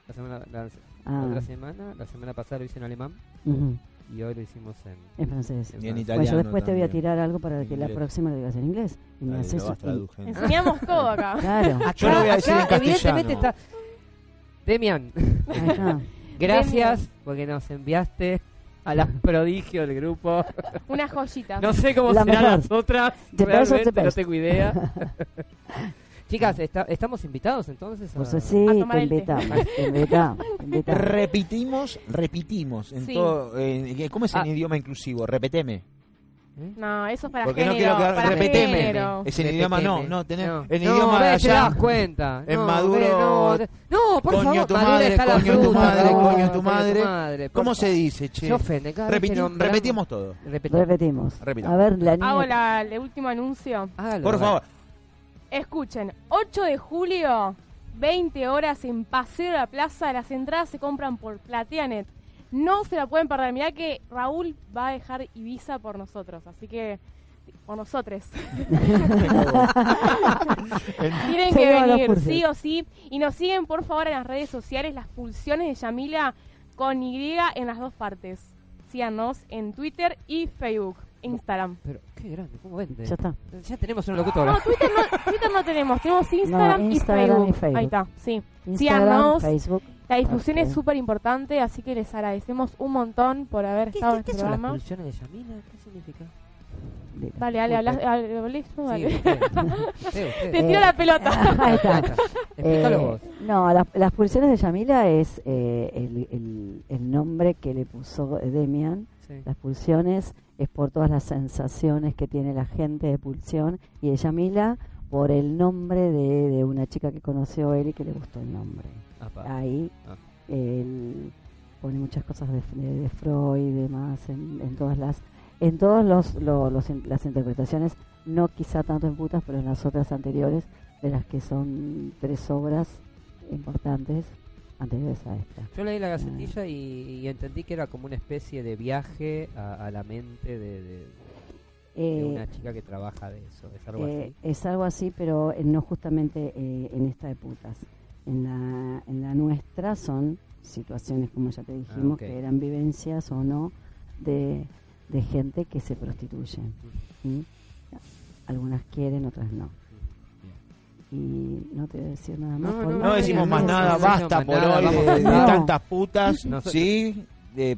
La semana, la,
Ah,
otra semana, la semana pasada lo hice en alemán
ujú,
y hoy lo hicimos en...
en francés.
Y en
Bueno, yo
italiano
después te voy a
también.
tirar algo para que la
Inglés.
próxima lo digas en inglés. Y me
Dale,
haces
lo vas
un-
traduciendo.
Enseñamos todo acá.
Claro.
Yo lo voy a decir en castellano.
evidentemente está... Demian,
Ajá.
gracias porque nos enviaste a las prodigio del grupo.
Una joyita.
No sé cómo
La
serán
mejor.
las otras,
The best of the
realmente no
best.
tengo idea. Chicas, ¿está- ¿estamos invitados entonces? Ah. a-
Ah.
Por eso sí,
a tomar
te
el té.
invitamos, te invitamos, te invitamos.
Repetimos, repetimos. En
Sí.
todo, eh, ¿Cómo es en
Ah.
idioma inclusivo? Repeteme.
¿Eh?
No, eso es para
Porque no
género.
quiero que
para
repeteme.
género.
Es en idioma, no,
Repeteme.
no, tenés,
No.
en
No,
idioma de
ve, te das
allá.
cuenta.
En
no,
Maduro,
ve, no, te- no, por
coño
favor,
tu
Maduro
madre,
está la
coño tu
fruta,
madre,
no,
coño tu
madre.
por
¿Cómo se
favor.
dice, che?
Se ofende, cada vez que
Repeti-
nombramos-
repetimos todo.
Repetimos.
Repetimos.
Repitamos.
A ver, la niña.
Hago la, el último anuncio.
Hágalo,
Por
dale.
favor.
Escuchen, 8 de julio, 20 horas en Paseo de la Plaza. Las entradas se compran por Plateanet. No se la pueden perder. Mirá que Raúl va a dejar Ibiza por nosotros. Así que, por nosotres. Tienen que
Señora
venir,
Furcia.
sí o sí. Y nos siguen, por favor, en las redes sociales, las pulsiones de Yamila con Y en las dos partes. Síganos en Twitter y Facebook, Instagram.
Pero qué grande, ¿cómo vende?
Ya está.
Ya tenemos una locutora.
No, Twitter no, Twitter no tenemos, tenemos Instagram,
Instagram
y,
y
Facebook.
Facebook.
Ahí está, sí.
Instagram,
Síganos.
Facebook.
La difusión
Ok.
es súper importante, así que les agradecemos un montón por haber
¿Qué,
estado en
qué,
este
qué son las
programa.
pulsiones de Yamila? ¿Qué significa?
Dale, dale, hablas, hable- hable- dale.
Sí, usted. Sí, usted.
Te tiro la pelota.
Ahí
Ah,
está.
está. Explícalo
Eh,
vos.
No, las, las pulsiones de Yamila es eh, el, el- el nombre que le puso Demian.
Sí.
Las pulsiones es por todas las sensaciones que tiene la gente de pulsión. Y de Yamila por el nombre de, de una chica que conoció él y que le gustó el nombre.
Apa.
ahí
Ah.
él pone muchas cosas de, de- de Freud y demás en, en todas las en todos los, lo- los in- las interpretaciones no quizá tanto en putas pero en las otras anteriores de las que son tres obras importantes anteriores a esta
Yo leí la gacetilla y, y entendí que era como una especie de viaje a, a la mente de, de- de
Eh,
una chica que trabaja de eso, es algo
eh,
así.
Es algo así, pero eh, no justamente eh, en esta de putas. En la, en la nuestra son situaciones, como ya te dijimos,
Ah,
ok.
que eran vivencias o no de, de gente que se prostituye. ¿sí? Algunas quieren, otras no. Y no te voy a decir nada más.
No,
por
no,
hoy.
No decimos más nada, basta por hoy de, de
No.
tantas putas,
No.
sí, de-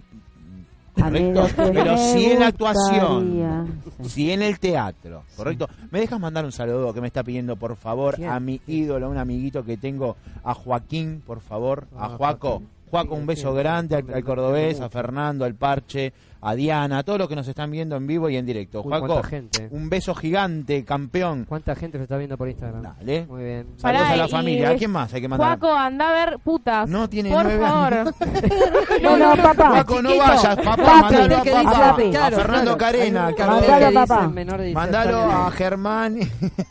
A menos
correcto,
que
pero
me
sí en la actuación,
gustaría, sí.
sí en el teatro, correcto. ¿Me dejas mandar un saludo que me está pidiendo, por favor,
¿Quién?
a mi ídolo, a un amiguito que tengo, a Joaquín, por favor, a
Ah,
Juaco?
Joaquín.
Juaco, un beso grande al, al cordobés, a Fernando, al Parche, a Diana, a todos los que nos están viendo en vivo y en directo.
Uy,
Juaco,
cuánta gente.
un beso gigante, campeón.
¿Cuánta gente nos está viendo por Instagram? ¿Eh?
Dale.
Muy bien.
Pará,
Saludos a la
y-
familia. ¿A quién más hay que mandar?
Juaco, anda a ver putas.
No tiene
Por
nueve años.
favor.
No, no, papá.
Paco, no
chiquito.
vayas, papá,
Papi,
mandalo a
¿qué
papá,
dice papi?
a Fernando Carena,
que Mandalo
Carlos,
a papá.
mandalo a Germán,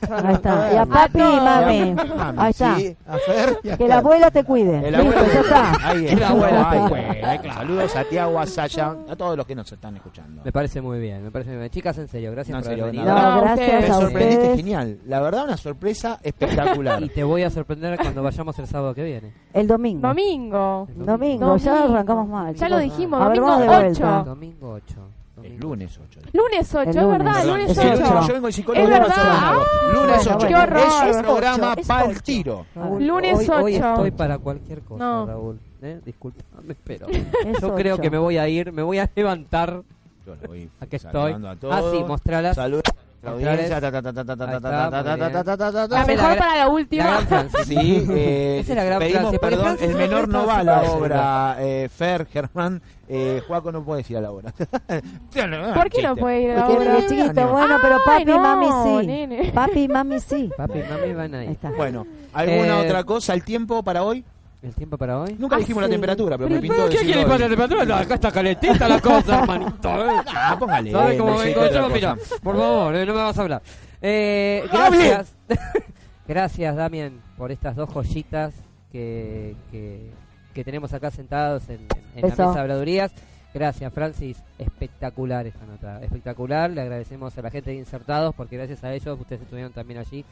Ahí está. Y a papi y mami. Ahí está.
Ah, sí, a Fer, y a
Que la
Carlos.
abuela te cuide.
El
Listo,
abuelo-
ya está.
Ahí
Que la
está.
abuela
Ay,
te-
güey, claro. Saludos a Tiago, a Sasha, a todos los que nos están escuchando.
Me parece muy bien, me parece muy bien. Chicas, en serio, gracias
No, en
por
serio,
haber
no,
venido.
No,
No,
gracias
ustedes.
a
Me sorprendiste
ustedes.
genial. La verdad, una sorpresa espectacular.
Y te voy a sorprender cuando vayamos el sábado que viene.
El domingo.
Domingo.
El
Domingo, ya
Domingo.
arrancamos mal.
Ya lo
chicos.
dijimos,
A ver,
domingo
vamos de
ocho.
vuelta.
Domingo 8.
El lunes 8.
Lunes 8,
El
es verdad,
lunes.
lunes
Es el
8.
ocho.
Yo vengo el psicólogo
Es
lunes
verdad.
8. Lunes
Ah,
8.
qué horror.
Es
Es
un
ocho,
programa
es
para el
ocho.
tiro.
Raúl,
Lunes
hoy, hoy
ocho.
estoy para cualquier cosa,
No.
Raúl. ¿eh? Disculpame, pero
Es
yo creo
ocho.
que me voy a ir, me voy a levantar.
Yo lo voy
Aquí estoy.
saludando a todos.
Ah, sí, mostralas.
Saludos a nuestra
Mostrales.
audiencia. Ta, ta, ta, ta, ta, ta,
Ahí
ta,
está, muy bien.
ta, ta, ta, ta, ta, ta, ta.
La
Hace la
mejor
gran-
para la
La
última.
gran Francis.
Sí, eh,
Esa es la gran
pedimos
frase, porque
perdón,
Francis
el
no
menor
presta
no va a
atención
la
a la
obra. eh, Fer, Germán, eh, Juaco no puede ir a la obra.
¿Por qué no puede ir a la
Porque
obra?
es chiquito,
Año.
bueno, pero
Ay,
papi y
no,
mami sí.
nene.
Papi y mami sí.
Papi y mami van ahí.
Ahí está.
Bueno, ¿alguna
Eh,
otra cosa? ¿El tiempo para hoy?
¿El tiempo para hoy?
Nunca
ah,
dijimos la
sí.
temperatura, pero me pintó
¿Pero
decirlo hoy.
temperatura? Acá está calentita la cosa, hermanito. ¿eh?
Ah, póngale.
¿Sabes cómo
no sé,
vengo
otra
yo?
cosa.
Mira, por favor, eh, no me vas a hablar. Eh,
¡Hable!
gracias. gracias, Damián, por estas dos joyitas que, que, que tenemos acá sentados en, en la
Beso.
mesa de habladurías. Gracias, Francis. Espectacular esta nota. Espectacular. Le agradecemos a la gente de Insertados porque gracias a ellos, ustedes estuvieron también allí.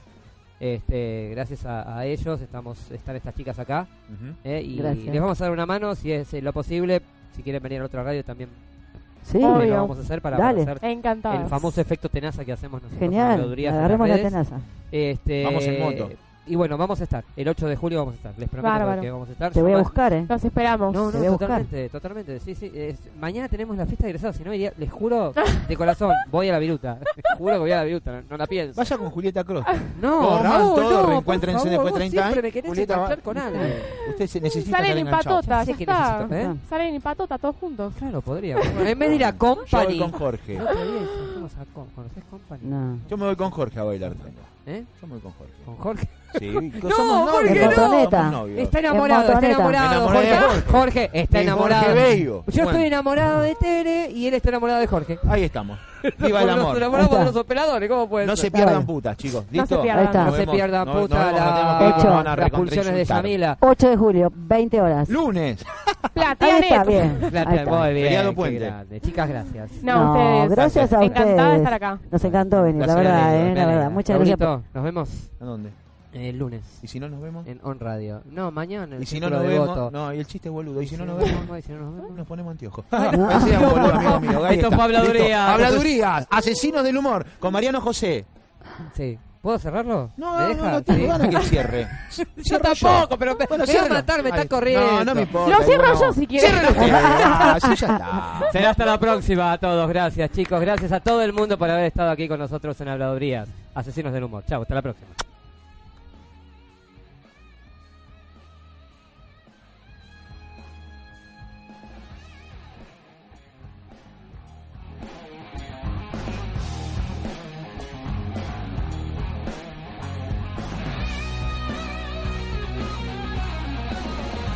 Este, gracias a, a ellos estamos están estas chicas acá.
Ujú.
eh, y
Gracias.
les vamos a dar una mano si es eh, lo posible. Si quieren venir a la otra radio también
Sí,
Obvio.
lo vamos a hacer para
Dale.
conocer
Encantado.
el famoso efecto tenaza que hacemos nosotros. en
genial.
Habladurías en
Agarremos
las
la
redes.
tenaza.
Este,
Vamos en moto.
Y bueno, vamos a estar. El 8 de julio vamos a estar. Les prometo
Bárbaro.
que vamos a estar.
Te voy a
Yo-
buscar, ¿eh?
Los esperamos.
No,
Te
no,
voy a buscar.
totalmente, totalmente. Sí, sí. es- mañana tenemos la fiesta de egresados. Si no, iría- les juro de corazón, voy a la viruta. Les juro que voy a la viruta. No, no la pienso.
Vaya con Julieta Cross.
No,
Corran
Raúl,
todos,
no, por
reencuéntrense
favor,
después de
vos
30 años.
Siempre me querés
Julieta va-
enganchar con algo.
Usted se necesita
Salen
estar
en
enganchado.
patota,
Ya sé
ya
que
está.
necesito- ¿eh?
Salen en patota todos juntos.
Claro, podría. Bueno, en vez de ir a
Yo voy
Company.
con Jorge.
El otro día fuimos a Com- ¿Conocés Company?
No.
Yo me voy con Jorge a bailar tango.
¿Eh?
Yo me voy con Jorge.
Con Jorge.
Sí, no,
¿por qué
no?
Somos novios.
Está enamorado, está
Motoneta.
enamorado.
Me enamoré de
Jorge,
Jorge.
Jorge está
De
enamorado.
Jorge Bello.
Yo
Bueno.
estoy enamorado de Tere y él está enamorado de Jorge.
Ahí estamos. Viva el
Nos
amor.
enamoramos
Ahí
de
está.
los operadores, ¿cómo puede
No
ser?
se pierdan
Dale.
putas, chicos.
No se
¿Listo?
pierdan.
Ahí está.
No
Nos
se
vemos,
pierdan,
nos- nos
puta,
vemos,
la-
nos tenemos que ir porque nos van a
las
recontra
pulsiones de
insultar.
Yamila.
8 de julio, 20 horas.
Lunes.
Ahí
Plateanet.
está, bien.
La
Ahí está.
muy bien,
Feriado
qué
puente.
grande. Chicas, gracias.
No, ustedes.
gracias a ustedes.
Encantada de estar acá.
Nos encantó venir, la
Gracias,
verdad,
Leo.
¿eh? La verdad. Muchas gracias. por-
Raulito, Nos vemos
¿A dónde?
el lunes
¿Y si no nos vemos?
en On Radio. No, mañana en el
Y si no nos
Círculo de
vemos.
Voto.
No, y el chiste es boludo. Y si no nos vemos.
y si no nos vemos.
Nos ponemos anteojos. Parecía un boludo, amigo mío. Ahí
Esto
está.
fue habladuría.
Listo. Habladuría. Asesinos del humor. Con Mariano José.
Sí. ¿Puedo cerrarlo?
No,
¿Me
no,
deja?
no, tengo
Sí.
ganas que cierre.
Yo
Cierro
tampoco, pero me, me
Bueno,
va a
cierro.
matar, me está
Ahí.
corriendo.
No, no me importa.
Lo cierro
Bueno,
yo si quieres.
ciérrelo usted. Ah, sí, ya está.
Será hasta la próxima a todos. Gracias, chicos. Gracias a todo el mundo por haber estado aquí con nosotros en Habladurías. Asesinos del humor. Chao, hasta la próxima.